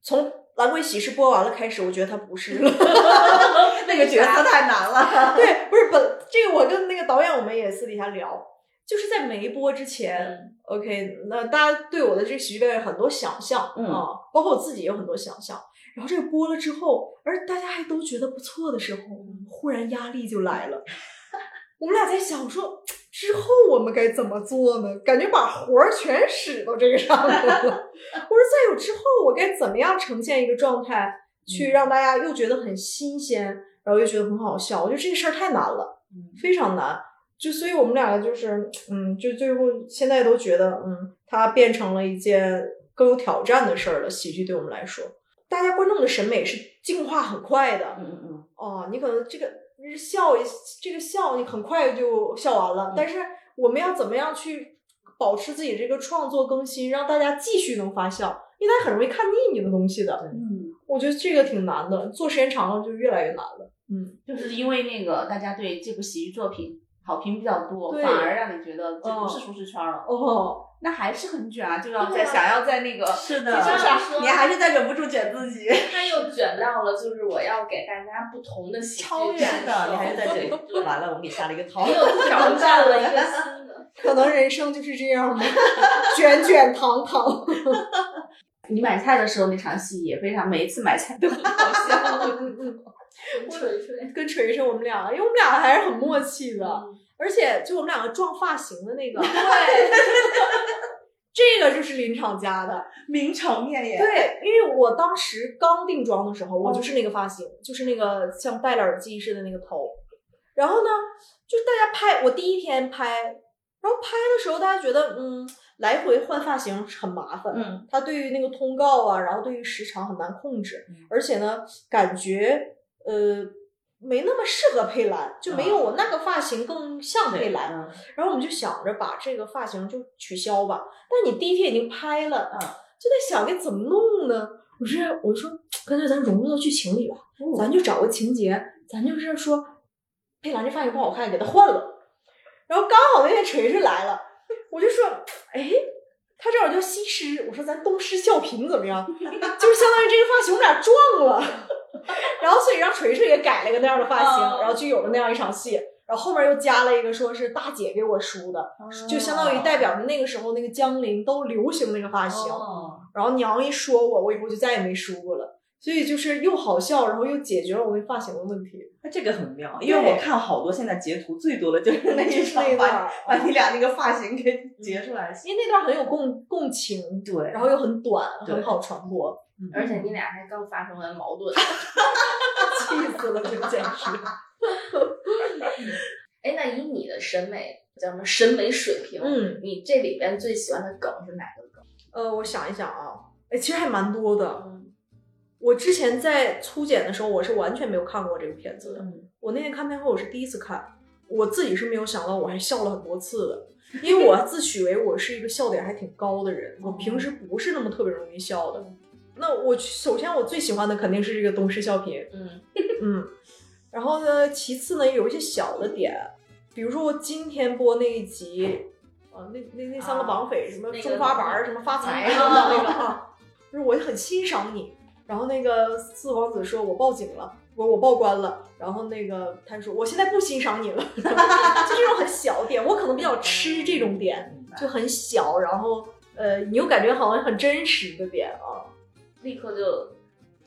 S1: 从《兰桂喜事》播完了开始，我觉得他不是了。
S2: 那个角色太难了。
S1: 对，不是本这个，我跟那个导演我们也私底下聊，就是在没播之前、o
S3: 嗯
S1: k 那大家对我的这个喜剧表演很多想象、
S2: 嗯
S1: 啊，包括我自己也有很多想象。然后这个播了之后，而大家还都觉得不错的时候，忽然压力就来了。我们俩在想说，之后我们该怎么做呢？感觉把活儿全使到这个上面了。我 说再有之后，我该怎么样呈现一个状态，去让大家又觉得很新鲜，然后又觉得很好笑？我觉得这个事儿太难了，非常难。就所以我们两个就是，嗯，就最后现在都觉得，嗯，它变成了一件更有挑战的事儿了。喜剧对我们来说，大家观众的审美是进化很快的，
S2: 嗯嗯嗯，
S1: 哦，你可能这个日笑一这个笑，你很快就笑完
S2: 嗯
S1: 了。但是我们要怎么样去保持自己这个创作更新，让大家继续能发笑？因为他很容易看腻你的东西的。
S4: 嗯，
S1: 我觉得这个挺难的，做时间长了就越来越难了。嗯，
S4: 就是因为那个大家对这部喜剧作品好评比较多，
S1: 对
S4: 反而让你觉得这不是舒适圈了。
S1: 哦，
S4: 那还是很卷啊，就要
S3: 嗯对
S4: 在
S3: 啊
S4: 想要在那个
S2: 是
S3: 就
S4: 就
S3: 像
S4: 是
S3: 你
S1: 嗯
S3: 说，
S2: 你还是在忍不住卷自己。
S3: 他又卷到了，就是我要给大家不同的 喜剧
S4: 超越
S3: 感
S2: 是的，
S3: 受
S2: 你还是在 这里。完了，我们给下了一个套
S3: 你又挑战了一个新的。
S1: 可能人生就是这样吧， 卷卷糖糖。
S4: 你买菜的时候那场戏也非常，每一次买菜都很好 笑。
S1: 嗯嗯，
S3: 锤锤，
S1: 跟锤锤我们俩，因为我们俩还是很默契的。而且就我们两个撞发型的 那个，对，这个就是林场家的。
S2: 名场面耶。
S1: 对，嗯因为我当时刚定妆的时候，我就是那个发型，就是那个像戴了耳机似的那个头。然后呢，就是大家拍，我第一天拍，然后拍的时候大家觉得，嗯，来回换发型很麻烦，
S2: 嗯，
S1: 它对于那个通告啊，然后对于时长很难控制
S2: 嗯，
S1: 而且呢，感觉呃没那么适合佩兰，就没有
S2: 啊
S1: 我那个发型更像佩兰。
S2: 嗯
S1: 然后我们就想着把这个发型就取消吧。但你第一天已经拍了，
S2: 嗯
S1: 就在想该怎么弄呢？我说，我说，干脆咱融入到剧情里吧，
S2: 哦
S1: 咱就找个情节，咱就是说，佩兰这发型不好看，给他换了。然后刚好那天锤锤来了，我就说，哎，他正好叫西施，我说咱东施效颦怎么样？ 就是相当于这个发型我们俩撞了。 然后所以让锤锤也改了一个那样的发型，
S2: 嗯
S4: 哦
S1: 然后就有了那样一场戏。然后后面又加了一个说是大姐给我梳的，
S2: 哦
S1: 就相当于代表着那个时候那个江铃都流行那个发型。
S2: 哦
S1: 然后娘一说我，我以后就再也没梳过了。所以就是又好笑，然后又解决了我那发型的问题，
S2: 那这个很妙，因为我看好多现在截图最多的就是 那一
S1: 就是
S2: 场
S1: 那段
S2: 把
S1: 儿，
S2: 把你俩那个发型给截出来。
S1: 因为那段很有共共情，
S2: 对
S1: 然后又很短，
S2: 对
S1: 很好传播，嗯
S3: 而且你俩还刚发生完矛盾。
S1: 气死了，这简直。
S3: 哎，那以你的审美叫什么审美水平，
S1: 嗯，
S3: 你这里边最喜欢的梗是哪个梗？
S1: 呃，我想一想啊，哎，其实还蛮多的。
S3: 嗯
S1: 我之前在粗剪的时候，我是完全没有看过这个片子的。
S3: 嗯
S1: 我那天看片会，我是第一次看，我自己是没有想到，我还笑了很多次的，因为我自诩为我是一个笑点还挺高的人，我平时不是那么特别容易笑的。那我首先我最喜欢的肯定是这个东施效颦，
S3: 嗯
S1: 嗯，然后呢，其次呢，有一些小的点，比如说我今天播那一集，啊，那那那三个绑匪、什么
S3: 那个
S1: 中发板儿、什么发财
S3: 嗯
S1: 什么的那个，啊 就是我很欣赏你。然后那个四皇子说：“我报警了，我我报官了。”然后那个他说：“我现在不欣赏你了。” 就这种很小点，我可能比较吃这种点，
S2: 明白
S1: 就很小，然后呃，你又感觉好像很真实的点啊。
S3: 立刻就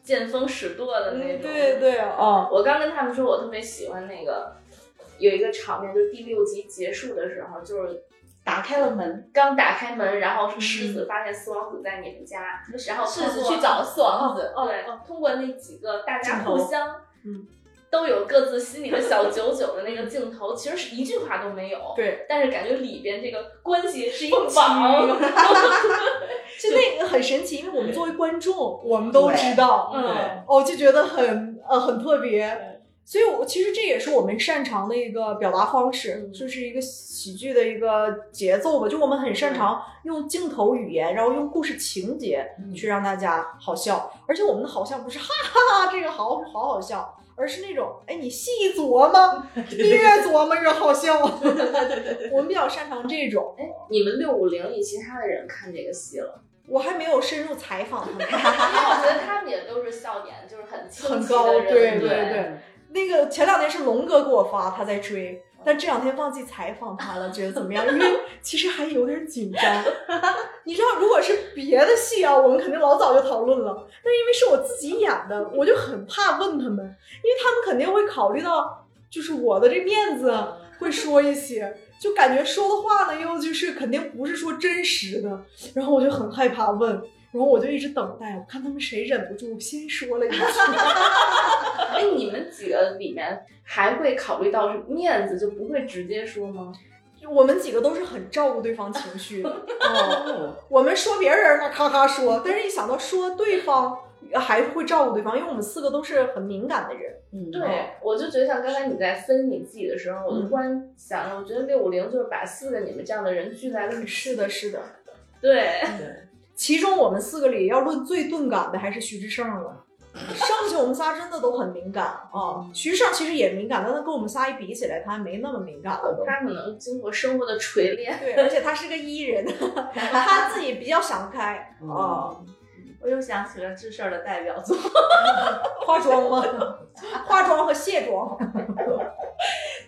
S3: 见风使舵的那
S1: 嗯，
S3: 种。
S1: 对。对啊，
S3: 我刚跟他们说，我特别喜欢那个有一个场面，就是第六集结束的时候，就是
S4: 打开了门，
S3: 刚打开门，然后狮子发现四王子在你们家，然后狮
S4: 狮
S3: 子
S4: 子
S3: 去找四王子。
S1: 哦
S3: 对
S1: 哦，
S3: 通过那几个大家
S1: 镜头
S3: 互相，
S1: 嗯，
S3: 都有各自心里的小九九的那个镜头，其实是一句话都没有。
S1: 对，
S3: 但是感觉里边这个关系是一
S4: 凤
S3: 个
S4: 起
S3: 网，
S1: 就那个很神奇，因为我们作为观众，我们都知道，
S4: 对
S1: 嗯，哦，就觉得很呃很特别。所以我，其实这也是我们擅长的一个表达方式，
S3: 嗯
S1: 就是一个喜剧的一个节奏吧。就我们很擅长用镜头语言，然后用故事情节
S2: 嗯
S1: 去让大家好笑。而且我们的好笑不是哈哈哈这个好好好笑，而是那种哎，你细琢磨，你越琢磨越好笑。我们比较擅长这种。
S3: 哎，你们六五零里其他的人看这个戏了？
S1: 我还没有深入采访他们。
S3: 因为我觉得他们也都是笑点就是很清
S1: 很
S3: 晰的
S1: 高，
S3: 人
S1: 对
S3: 对
S1: 对。那个前两天是龙哥给我发，他在追，但这两天忘记采访他了，觉得怎么样？因为其实还有点紧张。 你知道，如果是别的戏啊，我们肯定老早就讨论了，但因为是我自己演的，我就很怕问他们，因为他们肯定会考虑到，就是我的这面子
S3: 嗯
S1: 会说一些。就感觉说的话呢，又就是肯定不是说真实的，然后我就很害怕问，然后我就一直等待，我看他们谁忍不住先说了一句，
S3: 哎，你们几个里面还会考虑到是面子，就不会直接说吗？
S1: 我们几个都是很照顾对方情 绪，哦，
S2: 哦，
S1: 我们说别人那咔咔说，但是一想到说对方，还是会照顾对方，因为我们四个都是很敏感的人。
S2: 嗯，
S3: 对，我就觉得像刚才你在分你自己的时候，我
S1: 嗯
S3: 就突然想着，我觉得六五零就是把四个你们这样的人聚在了一起。
S1: 是的，是的。
S3: 对，
S2: 对，
S1: 其中我们四个里要论最钝感的还是徐志胜了，剩下我们仨真的都很敏感啊、徐志胜其实也敏感，但他跟我们仨一比起来，他还没那么敏感了都。
S3: 他可能经过生活的锤炼，
S1: 对，而且他是个 E 人，他自己比较想不开
S2: 哦
S1: 啊、
S4: 我又想起了这事儿的代表作，
S1: 化妆吗？ 化妆和卸妆。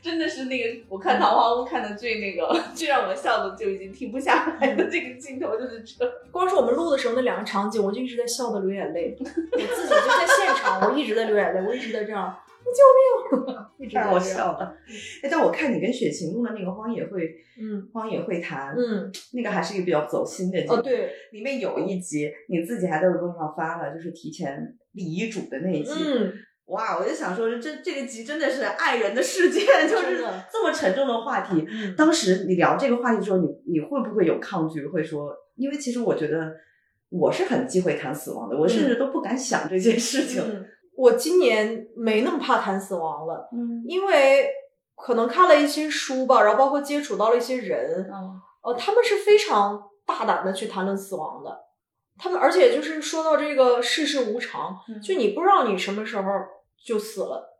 S4: 真的是那个我看《桃花坞》看的最那个最让我笑的就已经停不下来的这个镜头就是这。
S1: 光是我们录的时候那两个场景，我就一直在笑的流眼 泪，我自己就在现场，我一直在流眼泪，我一直在这样，我 救命，一直在
S2: 太
S1: 这
S2: 好
S1: 样
S2: 笑了。哎，但我看你跟雪晴弄的那个《荒野会
S1: 嗯
S2: 荒野会谈》，
S1: 嗯，
S2: 那个还是一个比较走心的节目
S1: 哦，对，
S2: 里面有一集你自己还在微博上发了，就是提前立遗嘱的那一集。
S1: 嗯，
S2: 哇，我就想说，这这个集真的是爱人的事件，就
S1: 真
S2: 是
S1: 的
S2: 这么沉重的话题。
S1: 嗯
S2: 当时你聊这个话题的时候，你你会不会有抗拒？会说，因为其实我觉得我是很忌讳谈死亡的，我甚至都不敢想这件事情。
S1: 嗯，我今年没那么怕谈死亡了，
S2: 嗯，
S1: 因为可能看了一些书吧，然后包括接触到了一些人，
S4: 嗯，
S1: 呃，他们是非常大胆的去谈论死亡的，他们而且就是说到这个世事无常，
S2: 嗯
S1: 就你不知道你什么时候就死了，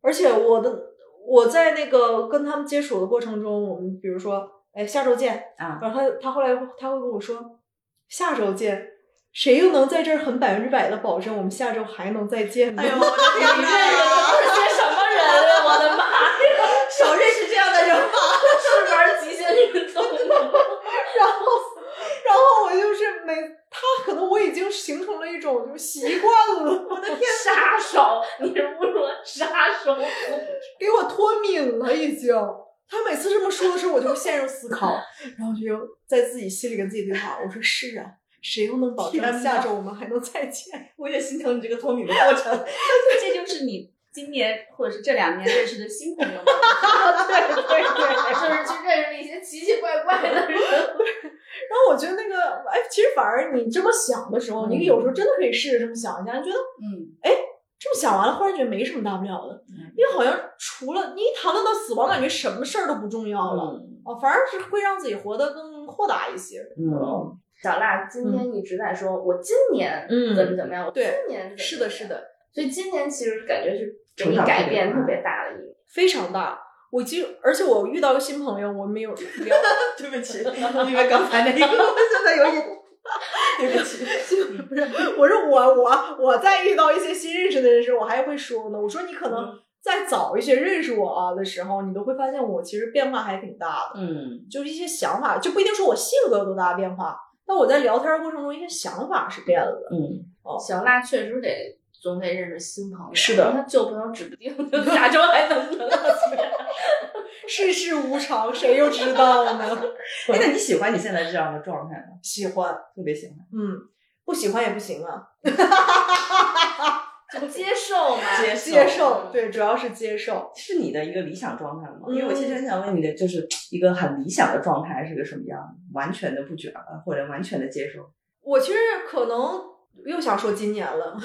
S1: 而且我的我在那个跟他们接触的过程中，我们比如说，哎，下周见，
S2: 啊，
S1: 然后他他后来他会跟我说，下周见。谁又能在这儿很百分之百的保证我们下周还能再见呢？
S2: 哎呦，我 的天
S3: 这个
S2: 哪！
S3: 都是些什么人啊？我的妈呀！
S2: 少认识这样的人吧。
S3: 是玩极限 运动的。
S1: 然后，然后我就是每他可能我已经形成了一种就习惯了，我的天，
S3: 杀手，你是侮辱了杀手，哎
S1: 给我脱敏了已经。他每次这么说的时候，我就会陷入思考，然后就在自己心里跟自己对话。我说是啊，谁又能保证
S2: 天哪
S1: 下周我们还能再见？
S2: 我也心疼你这个脱敏
S1: 嗯
S2: 的过程。
S4: 这就是你今年或者是这两年认识的新朋友吗？
S1: 对对对。
S3: 就是去认识了一些奇奇怪怪的人。
S1: 然后我觉得那个，哎，其实反而你这么想的时候，你有时候真的可以试着这么想一下，你觉得
S4: 嗯，
S1: 这么想完了，忽然觉得没什么大不了的，因为好像除了你一谈论到死亡，感觉什么事儿都不重要了，哦，反而是会让自己活得更豁达一些。
S2: 嗯，
S3: 小辣今天一直在说，我今年
S1: 嗯
S3: 怎么怎么样，我今
S1: 对
S3: 年怎么
S1: 是的，是，的，
S3: 所以今年其实感觉是给
S2: 成
S3: 你
S2: 长
S3: 改
S2: 特别
S3: 变
S2: 快
S3: 特别大的一个。
S1: 非常大。我就而且我遇到一个新朋友，我没有聊，
S2: 对不起，因为刚才那 个，我现在有点 对不起。
S1: 不是， 我说我我我在遇到一些新认识的人时，我还会说呢，我说你可
S2: 嗯
S1: 能在早一些认识我啊的时候，你都会发现我其实变化还挺大的。
S2: 嗯
S1: 就是一些想法，就不一定说我性格有多大的变化，但我在聊天过程中一些想法是变了的。
S2: 嗯，
S3: 小辣确实得总得认识新朋友，
S1: 是的
S3: 他旧朋友指不定下周还能 不能 见。
S1: 世事无常，谁又知道呢？
S2: 哎，那你喜欢你现在这样的状态吗？
S1: 喜欢，
S2: 特别喜欢，
S1: 嗯，不喜欢也不行啊，
S3: 就接受嘛，
S2: 受
S1: 接受，对，主要是接受。
S2: 是你的一个理想状态吗？
S1: 嗯
S2: 因为我其实很想问你的，就是一个很理想的状态是个什么样的？完全的不卷了，或者完全的接受？
S1: 我其实可能又想说今年了，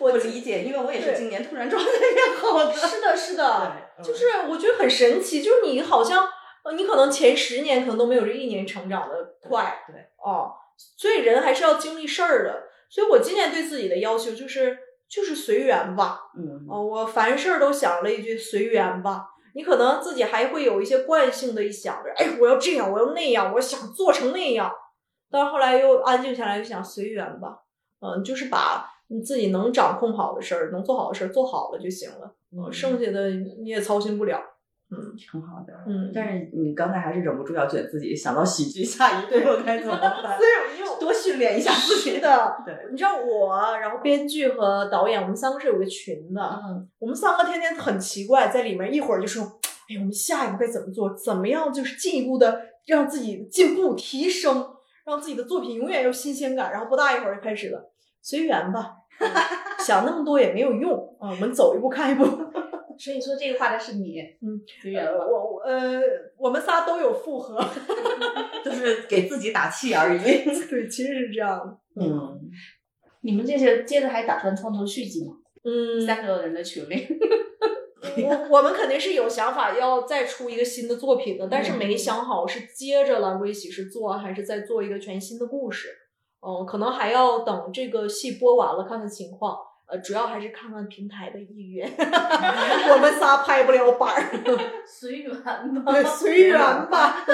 S2: 我理解，因为我也
S1: 对
S2: 是今年突然状态变好的。
S1: 是的，是的，
S2: 对嗯
S1: 就是我觉得很神奇，就是你好像呃你可能前十年可能都没有这一年成长的快，
S2: 对对
S1: 哦，所以人还是要经历事儿的。所以我今年对自己的要求就是就是随缘吧，
S2: 嗯
S1: 哦，我凡事都想了一句随缘吧。你可能自己还会有一些惯性的一想着，哎，我要这样，我要那样，我想做成那样。但是后来又安静下来，就想随缘吧。嗯，就是把你自己能掌控好的事儿，能做好的事儿做好了就行了。
S2: 嗯
S1: 剩下的你也操心不了。嗯
S2: 挺好的。
S1: 嗯，
S2: 但是你刚才还是忍不住要卷自己，想到喜剧下一对我该怎么 办？
S1: 虽然因为
S2: 多训练一下自己
S1: 是。的，
S2: 对，
S1: 你知道我，然后编剧和导演，我们三个是有个群的，
S2: 嗯
S1: 我们三个天天很奇怪，在里面一会儿就说，哎，我们下一步该怎么做？怎么样就是进一步的让自己进步提升，让自己的作品永远有新鲜感。然后不大一会儿就开始了，随缘 吧，嗯想那么多也没有用啊、我们走一步看一步。
S4: 所以说这个话的是你，
S1: 嗯，
S4: 随缘吧。
S1: 我我呃，我们仨都有复合，
S2: 就是给自己打气 而已。
S1: 对，其实是这样的。
S2: 嗯，
S4: 你们这些接着还打算创作续集吗？
S1: 嗯，
S4: 三个人的群里，
S1: 我我们肯定是有想法要再出一个新的作品的，但是没想好是接着《蓝龟喜事》做，还是再做一个全新的故事。嗯，可能还要等这个戏播完了看看情况。呃，主要还是看看平台的意愿。 我们仨拍不了板儿，
S3: 随缘吧。
S2: 嗯
S1: 对随 缘吧。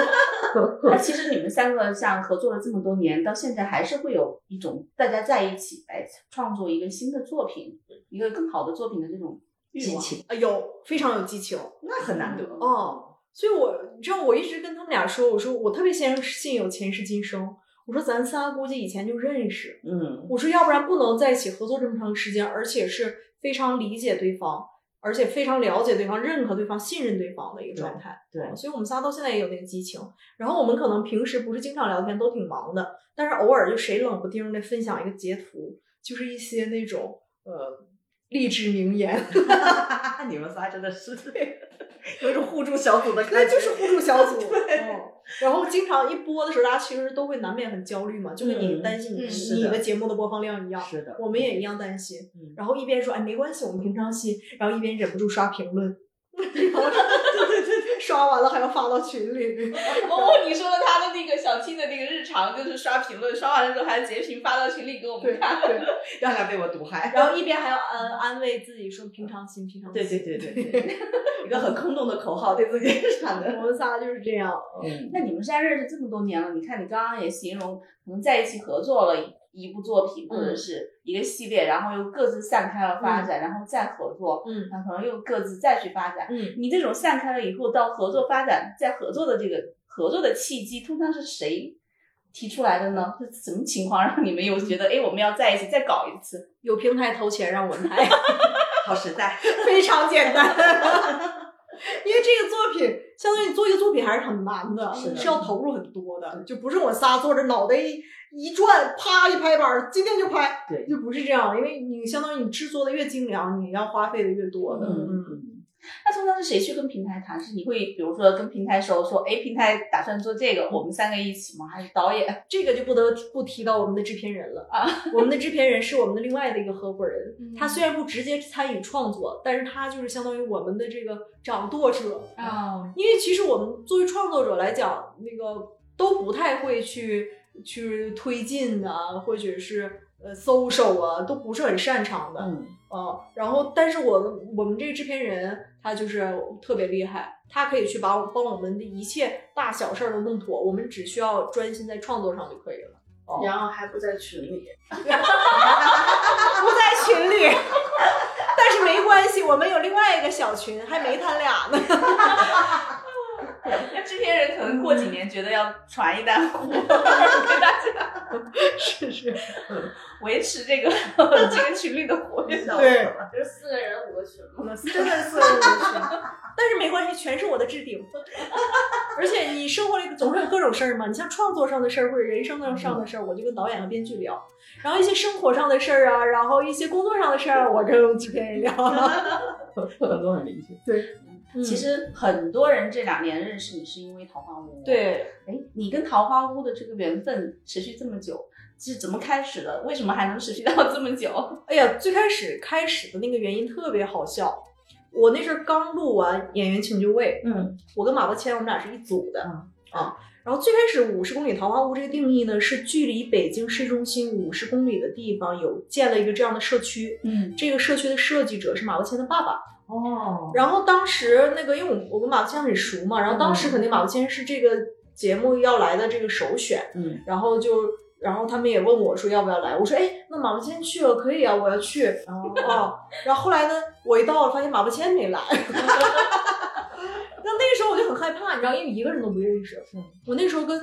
S4: 那其实你们三个像合作了这么多年，到现在还是会有一种大家在一起来创作一个新的作品，一个更好的作品的这种欲
S2: 激
S4: 望。
S2: 情
S1: 啊，有非常有激情。
S2: 那很难得。
S1: 哦，所以我你知道，我一直跟他们俩说，我说我特别信信有前世今生，我说咱仨估计以前就认识，
S2: 嗯
S1: 我说要不然不能在一起合作这么长时间，而且是非常理解对方，而且非常了解对方、认可对方、信任对方的一个状态。
S2: 对
S1: 所以我们仨到现在也有那个激情。然后我们可能平时不是经常聊天，都挺忙的，但是偶尔就谁冷不丁的分享一个截图，就是一些那种呃励志名言，
S2: 嗯 你们仨真的是有一种互助小组的感觉。
S1: 那就是互助小 组。嗯，然后经常一播的时候，大家其实都会难免很焦虑嘛，就跟你
S2: 嗯
S1: 担心你、
S4: 嗯
S2: 是
S1: 你
S2: 的
S1: 的节目的播放量一样。
S2: 是的，
S1: 我们也一样担心，
S2: 嗯
S1: 然后一边说哎没关系，我们平常心，然后一边忍不住刷评 论，然后刷完了还要发到群里，
S4: 哦，你说的他的那个小 T 的那个日常，就是刷评论，刷完了之后还截屏发到群里给我
S1: 对
S4: 们看。
S1: 对，
S2: 让他被我毒害。
S1: 然后一边还要安安慰自己说平常心，平常心，
S2: 对对对对对，一个很空洞的口号对自己喊的。
S1: 我们仨就是这样，
S2: 嗯，
S4: 那你们现在认识这么多年了，你看你刚刚也形容，可能在一起合作了一一部作品或者是一个系列，然后又各自散开了发展，然后再合作，
S1: 嗯
S4: 然后可能又各自再去发展。
S1: 嗯，
S4: 你这种散开了以后到合作发展，在合作的这个合作的契机，通常是谁提出来的呢？是什么情况让你们有觉得，哎，我们要在一起再搞一次？
S1: 有平台投钱让我们拍，
S2: 好实在。
S1: 非常简单。因为这个作品，相当于你做一个作品还是很难的，
S2: 是的
S1: 要投入很多的，就不是我仨坐着脑袋一一转，啪一拍板儿，今天就拍，
S2: 对
S1: 就不是这样，因为你相当于你制作的越精良，你要花费的越多的，
S2: 嗯
S1: 嗯
S4: 那通常是谁去跟平台谈？是你会比如说跟平台说说，哎，平台打算做这个，我们三个一起吗？还是导演？
S1: 这个就不得不提到我们的制片人了
S4: 啊！
S1: 我们的制片人是我们的另外的一个合伙人，
S4: 嗯
S1: 他虽然不直接参与创作，但是他就是相当于我们的这个掌舵者。
S4: 哦，
S1: 因为其实我们作为创作者来讲，那个都不太会去去推进啊，或者是呃搜手啊，都不是很擅长的。
S2: 嗯，
S1: 哦，然后但是我们我们这个制片人他就是特别厉害，他可以去把我帮我们的一切大小事儿都弄妥，我们只需要专心在创作上就可以了。
S3: 然后还不在群里，
S1: 不在群里， 但是没关系，我们有另外一个小群，还没他俩呢。
S4: 那制片人可能过几年觉得要传一单货， 给大家
S1: 是是，
S4: 维持这 个这个群里的活跃度。
S1: 对，
S3: 啊就是四个人五个群 嘛。
S1: 真的是但是没关系，全是我的置顶。而且你生活里总是有各种事儿嘛，你像创作上的事儿或者人生上的事儿，我就跟导演和编剧聊；然后一些生活上的事儿啊，然后一些工作上的事儿，我跟制片人聊。
S2: 很多人理解。
S4: 其实很多人这两年认识你是因为《桃花坞》。，
S1: 嗯对，
S4: 哎，你跟《桃花坞》的这个缘分持续这么久，是怎么开始的？为什么还能持续到这么久？
S1: 哎呀，最开始开始的那个原因特别好笑。我那阵儿刚录完《演员请就位》，
S2: 嗯，
S1: 我跟马伯骞我们俩是一组的、
S2: 嗯
S1: 啊。然后最开始五十公里桃花坞这个定义呢，是距离北京市中心五十公里的地方有建了一个这样的社区。
S4: 嗯，
S1: 这个社区的设计者是马伯骞的爸爸。
S2: 哦，
S1: 然后当时那个，因为我我跟马伯骞很熟嘛，然后当时肯定马伯骞是这个节目要来的这个首选。
S2: 嗯，
S1: 然后就，然后他们也问我说要不要来，我说哎，那马伯骞去了可以啊，我要去哦。然后后来呢，我一到了发现马伯骞没 来，那那个时候我就很害怕，你知道，因为一个人都不认识。我那时候跟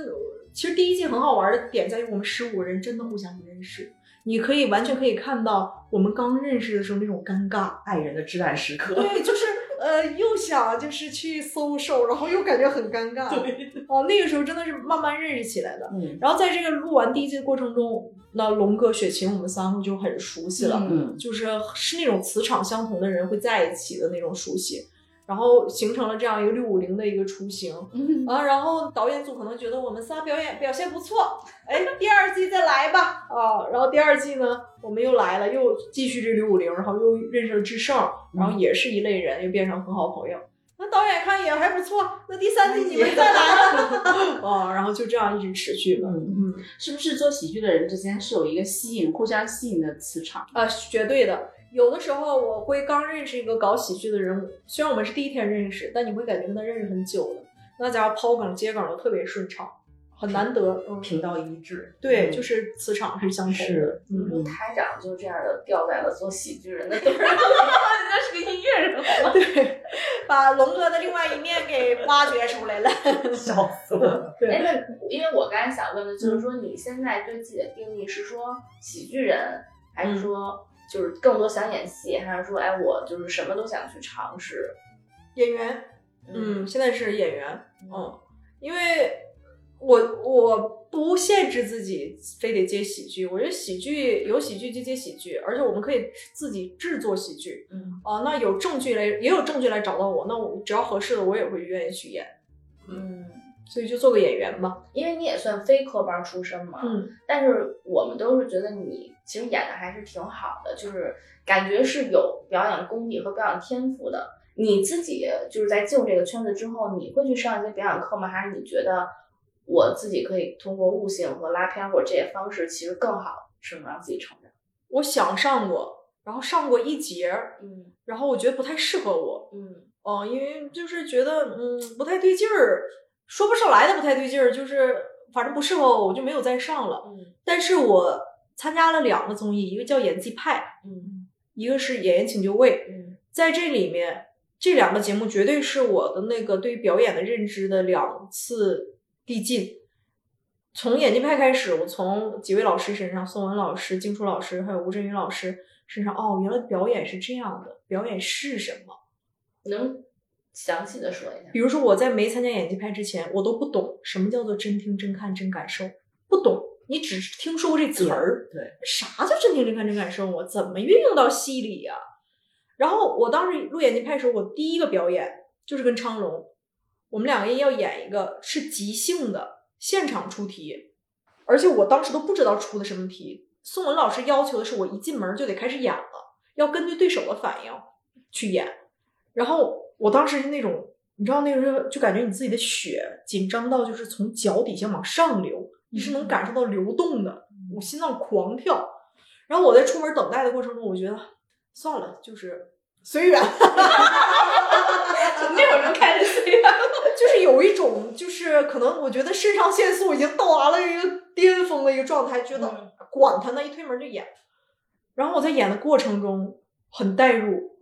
S1: 其实第一季很好玩的点在于我们十五个人真的互相不认识。你可以完全可以看到我们刚认识的时候那种尴尬，
S2: 爱人的至暗时刻。
S1: 对，就是呃，又想就是去搜手，然后又感觉很尴尬。
S2: 对，
S1: 哦，那个时候真的是慢慢认识起来的。
S2: 嗯
S1: 然后在这个录完第一季的过程中，那龙哥、雪琴，我们三个就很熟悉了，
S2: 嗯
S1: 就是是那种磁场相同的人会在一起的那种熟悉，然后形成了这样一个六五零的一个雏形。
S4: 嗯，
S1: 啊，然后导演组可能觉得我们仨表演表现不错，哎，第二季再来吧，啊，然后第二季呢，我们又来了，又继续这六五零，然后又认识了志胜，然后也是一类人，又变成很好朋友。那导演看也还不错，那第三季你们再来吧，啊，然后就这样一直持续了，
S2: 嗯，
S1: 嗯。
S4: 是不是做喜剧的人之间是有一个吸引、互相吸引的磁场？
S1: 啊，是绝对的。有的时候我会刚认识一个搞喜剧的人，虽然我们是第一天认识，但你会感觉跟他认识很久了。那家伙抛梗接梗都特别顺畅，很难得。嗯，
S2: 频道一致。
S1: 对，
S2: 嗯
S1: 就是磁场是相同的。
S2: 是，嗯
S3: 台长就这样的掉在了做喜剧人的堆儿。
S4: 那是个音乐人好吗？
S1: 对，把龙哥的另外一面给挖掘出来了。
S2: 笑死了。
S3: 哎，那因为我刚才想问的就是说，你现在对自己的定义是说喜剧人，还
S2: 嗯
S3: 是说就是更多想演戏，还是说哎我就是什么都想去尝试？
S1: 演员，嗯，现在是演员，嗯，因为我我不限制自己非得接喜剧，我觉得喜剧有喜剧就接喜剧，而且我们可以自己制作喜剧。
S2: 嗯，
S1: 哦，那有证据来，也有证据来找到我，那我只要合适的，我也会愿意去演，
S3: 嗯，
S1: 所以就做个演员吧。
S3: 因为你也算非科班出身嘛，
S1: 嗯，
S3: 但是我们都是觉得你其实演的还是挺好的，就是感觉是有表演功底和表演天赋的。你自己就是在进入这个圈子之后，你会去上一些表演课吗？还是你觉得我自己可以通过悟性和拉片或者这些方式，其实更好是能让自己成长？
S1: 我想上过，然后上过一节儿，
S3: 嗯
S1: 然后我觉得不太适合我，
S3: 嗯
S1: 哦、因为就是觉得嗯不太对劲儿，说不上来的不太对劲儿，就是反正不适合我，我就没有再上了。
S3: 嗯
S1: 但是我参加了两个综艺，一个叫演技派，
S3: 嗯
S1: 一个是演员请就位，
S3: 嗯
S1: 在这里面，这两个节目绝对是我的那个对于表演的认知的两次递进。从眼镜派开始，我从几位老师身上，宋文老师、静初老师，还有吴镇宇老师身上，哦，原来表演是这样的，表演是什么？
S3: 能详细的说一下？
S1: 比如说我在没参加演技派之前，我都不懂什么叫做真听、真看、真感受，不懂，你只是听说过这词儿，
S2: 对，
S1: 啥叫真听、真看、真感受啊？怎么运用到戏里呀、然后我当时录演技派的时候，我第一个表演就是跟昌荣，我们两个人要演一个是即兴的现场出题，而且我当时都不知道出的什么题。宋文老师要求的是我一进门就得开始演了，要根据对手的反应去演。然后我当时是那种，你知道那个时候就感觉你自己的血紧张到就是从脚底下往上流，你是能感受到流动的，我心脏狂跳。然后我在出门等待的过程中，我觉得算了，就是随 缘。
S4: 那会儿就开始飞了。
S1: 就是有一种，就是可能我觉得肾上腺素已经到达了一个巅峰的一个状态，觉得
S4: 嗯
S1: 管他呢，一推门就演。然后我在演的过程中很代入，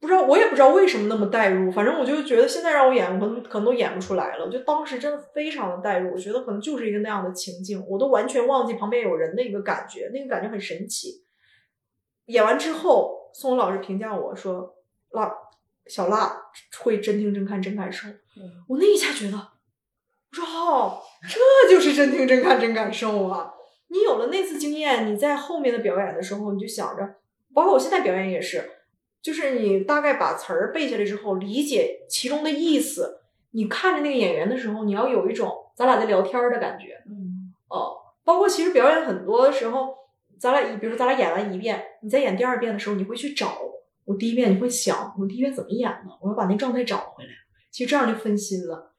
S1: 不知道我也不知道为什么那么代入，反正我就觉得现在让我演，我可能可能都演不出来了。我就当时真的非常的代入，我觉得可能就是一个那样的情境，我都完全忘记旁边有人的一个感觉，那个感觉很神奇。演完之后，宋文老师评价我说：“辣小辣会真听真看真感受。”我那一下觉得，我说哦，这就是真听真看真感受啊！你有了那次经验，你在后面的表演的时候，你就想着，包括我现在表演也是，就是你大概把词儿背下来之后，理解其中的意思，你看着那个演员的时候，你要有一种咱俩在聊天儿的感觉。
S4: 嗯，
S1: 哦，包括其实表演很多的时候，咱俩一比如说咱俩演完一遍，你在演第二遍的时候，你会去找我第一遍，你会想我第一遍怎么演的，我要把那状态找回来。其实这样就分心了。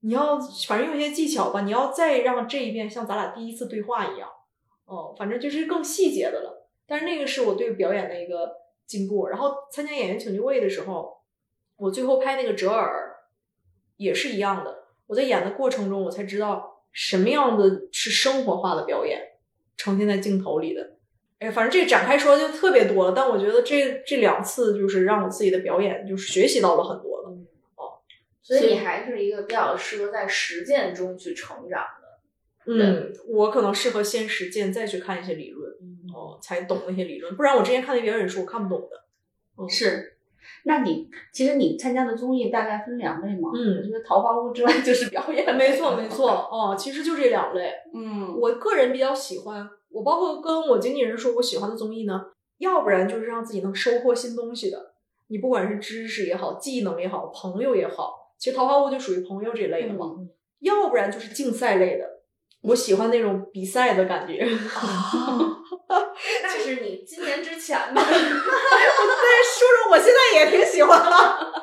S1: 你要反正用一些技巧吧，你要再让这一遍像咱俩第一次对话一样，哦，反正就是更细节的了。但是那个是我对表演的一个进步。然后参加演员请就位的时候，我最后拍那个折耳也是一样的，我在演的过程中，我才知道什么样的是生活化的表演，呈现在镜头里的。哎，反正这展开说就特别多了，但我觉得这这两次就是让我自己的表演就是学习到了很多了。
S3: 所以你还是一个比较适合在实践中去成长的。
S1: 嗯，我可能适合先实践，再去看一些理论，哦，才懂那些理论。不然我之前看那表演书，我看不懂的。
S4: 是。那你其实你参加的综艺大概分两类嘛？
S1: 嗯
S4: 我觉得《桃花坞》之外 就是表演。
S1: 没错，没错，。哦，其实就这两类。
S4: 嗯，
S1: 我个人比较喜欢，我包括跟我经纪人说，我喜欢的综艺呢，要不然就是让自己能收获新东西的，你不管是知识也好，技能也好，朋友也好，其实《桃花坞》就属于朋友这类的嘛。要不然就是竞赛类的，我喜欢那种比赛的感觉。
S4: 哦，
S3: 那是你今年之前吧？
S1: 但是说说，我现在也挺喜欢的，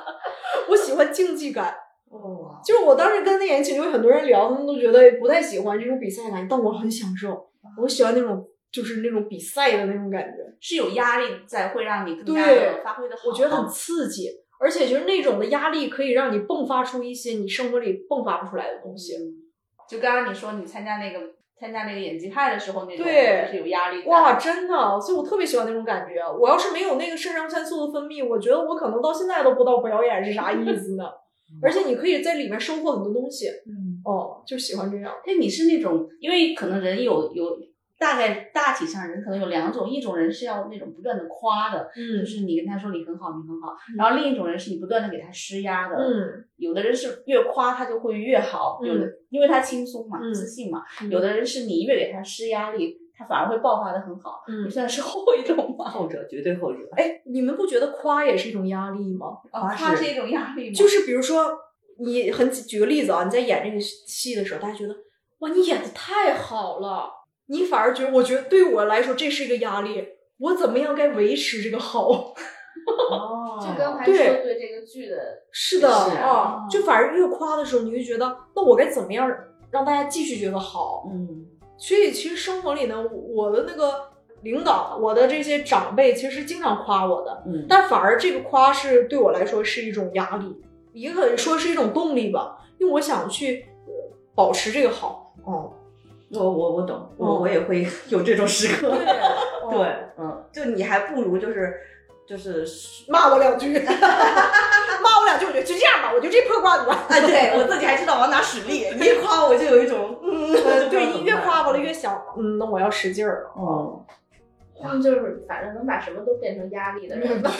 S1: 我喜欢竞技感。
S2: 哦，
S1: 就是我当时跟那演群有很多人聊，他们都觉得不太喜欢这种比赛感，但我很享受，
S4: 啊
S1: 我喜欢那种就是那种比赛的那种感觉，
S4: 是有压力在，会让你更加
S1: 对
S4: 的发挥的好。
S1: 我觉得很刺激，而且就是那种的压力可以让你迸发出一些你生活里迸发不出来的东
S4: 嗯
S1: 西。
S4: 就刚刚你说你参加那个参加那个演技派的时候，那种
S1: 对
S4: 就是有压力在。
S1: 哇，真的，所以我特别喜欢那种感觉。我要是没有那个肾上腺素的分泌，我觉得我可能到现在都不知道表演是啥意思呢。而且你可以在里面收获很多东西，
S4: 嗯，
S1: 哦，就喜欢这样。
S4: 哎，你是那种，因为可能人有有大概大体上人可能有两种，一种人是要那种不断的夸的，
S1: 嗯
S4: 就是你跟他说你很好，你很好，然后另一种人是你不断的给他施压的，，
S1: 嗯，
S4: 有的人是越夸他就会越好，有的因为他轻松嘛，
S1: 嗯
S4: 自信嘛，有的人是你越给他施压力，他反而会爆发的很好，
S1: 嗯
S4: 你，算是后一种吗？
S2: 后者绝对后者。
S1: 哎，你们不觉得夸也是一种压力吗？
S4: 啊，
S2: 夸是
S4: 夸是一种压力吗？
S1: 就是比如说，你很举个例子啊，你在演这个戏的时候，大家觉得哇，你演的太好了，你反而觉得，我觉得对我来说这是一个压力，我怎么样该维持这个好？
S2: 哦
S3: 就刚才说
S1: 对
S3: 对这个剧的，
S1: 是的
S2: 是
S1: 啊，就反而越夸的时候，你就觉得那我该怎么样让大家继续觉得好？
S2: 嗯，
S1: 所以其实生活里呢，我的那个领导，我的这些长辈，其实经常夸我的，
S2: 嗯
S1: 但反而这个夸是对我来说是一种压力，也可以说是一种动力吧，因为我想去呃保持这个好。哦，
S2: 我我我懂，
S1: 哦
S2: 我我也会有这种时刻。
S1: 对，
S2: 对，嗯，就你还不如就是就是
S1: 骂我两句， 骂我两句，我就就这样吧，我就这破罐子吧。
S2: 啊，对 我自己还知道往哪使力，你一夸我就有一种， 嗯，
S1: 呃对，你越夸我了越想，嗯，那我要使劲儿了。
S2: 嗯，
S3: 他们就是反正能把什么都变成压力的人 吧。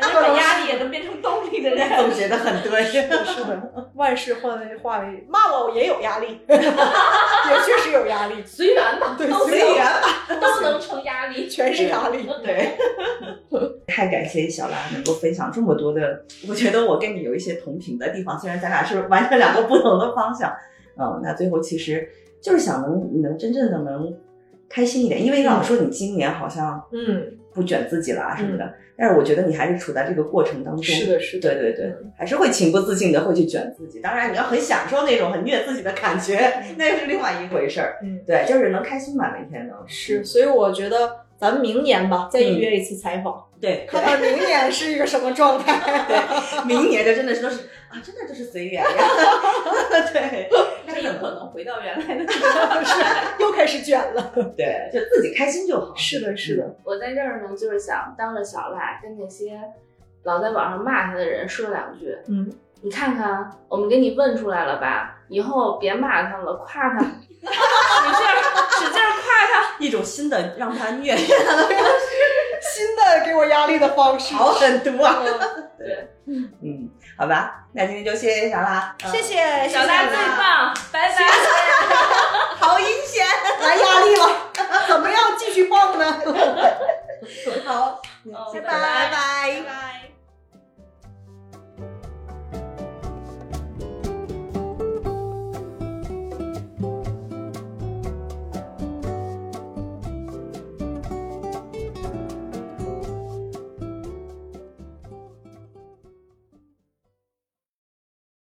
S4: 能把压力也能变成动力的人。
S2: 总结的很 对，
S1: 是的，万事化为化为骂我也有压 力，也确实有压力，
S3: 随缘吧，
S1: 对
S3: 都
S1: 随
S3: 能
S1: 缘
S2: 啊
S3: 都能成压力，
S1: 全是压力。
S2: 对，太感谢小兰能够分享这么多的， 我觉得我跟你有一些同频的地方，虽然咱俩是完全两个不同的方向，嗯，那最后其实就是想能能真正的能开心一点，因为老师说你今年好像
S1: 嗯，
S2: 不卷自己了啊什么的，但是我觉得你还是处在这个过程当中，
S1: 是的，是的，
S2: 对对对，还是会情不自禁的会去卷自己。当然，你要很享受那种很虐自己的感觉，那又是另外一回事 儿。
S1: 嗯，
S2: 对，就是能开心吧，每天能
S1: 是，所以我觉得咱们明年吧，再
S2: 嗯
S1: 预约一次采访，
S2: 对，
S1: 看看明年是一个什么状态。
S2: 明年就真的是都是啊，真的就是随缘呀。 对，
S4: 这有可能回到原来的。
S1: 是，又开始卷了。
S2: 对，就自己开心就好。
S1: 是的，是的，
S3: 我在这儿呢，就是想当着小赖跟那些老在网上骂他的人说两句。
S1: 嗯，
S3: 你看看，我们给你问出来了吧？以后别骂他们了，夸他，使劲儿使劲儿夸他。
S2: 一种新的让他 虐他的方式，
S1: 新的给我压力的方式。
S2: 好很多啊。
S3: 哦对，
S2: 嗯，好吧，那今天就谢谢小拉，呃
S1: 谢谢
S3: 小赖最棒，拜拜。
S2: 好阴险。
S1: 来压力了。
S2: 嗯哦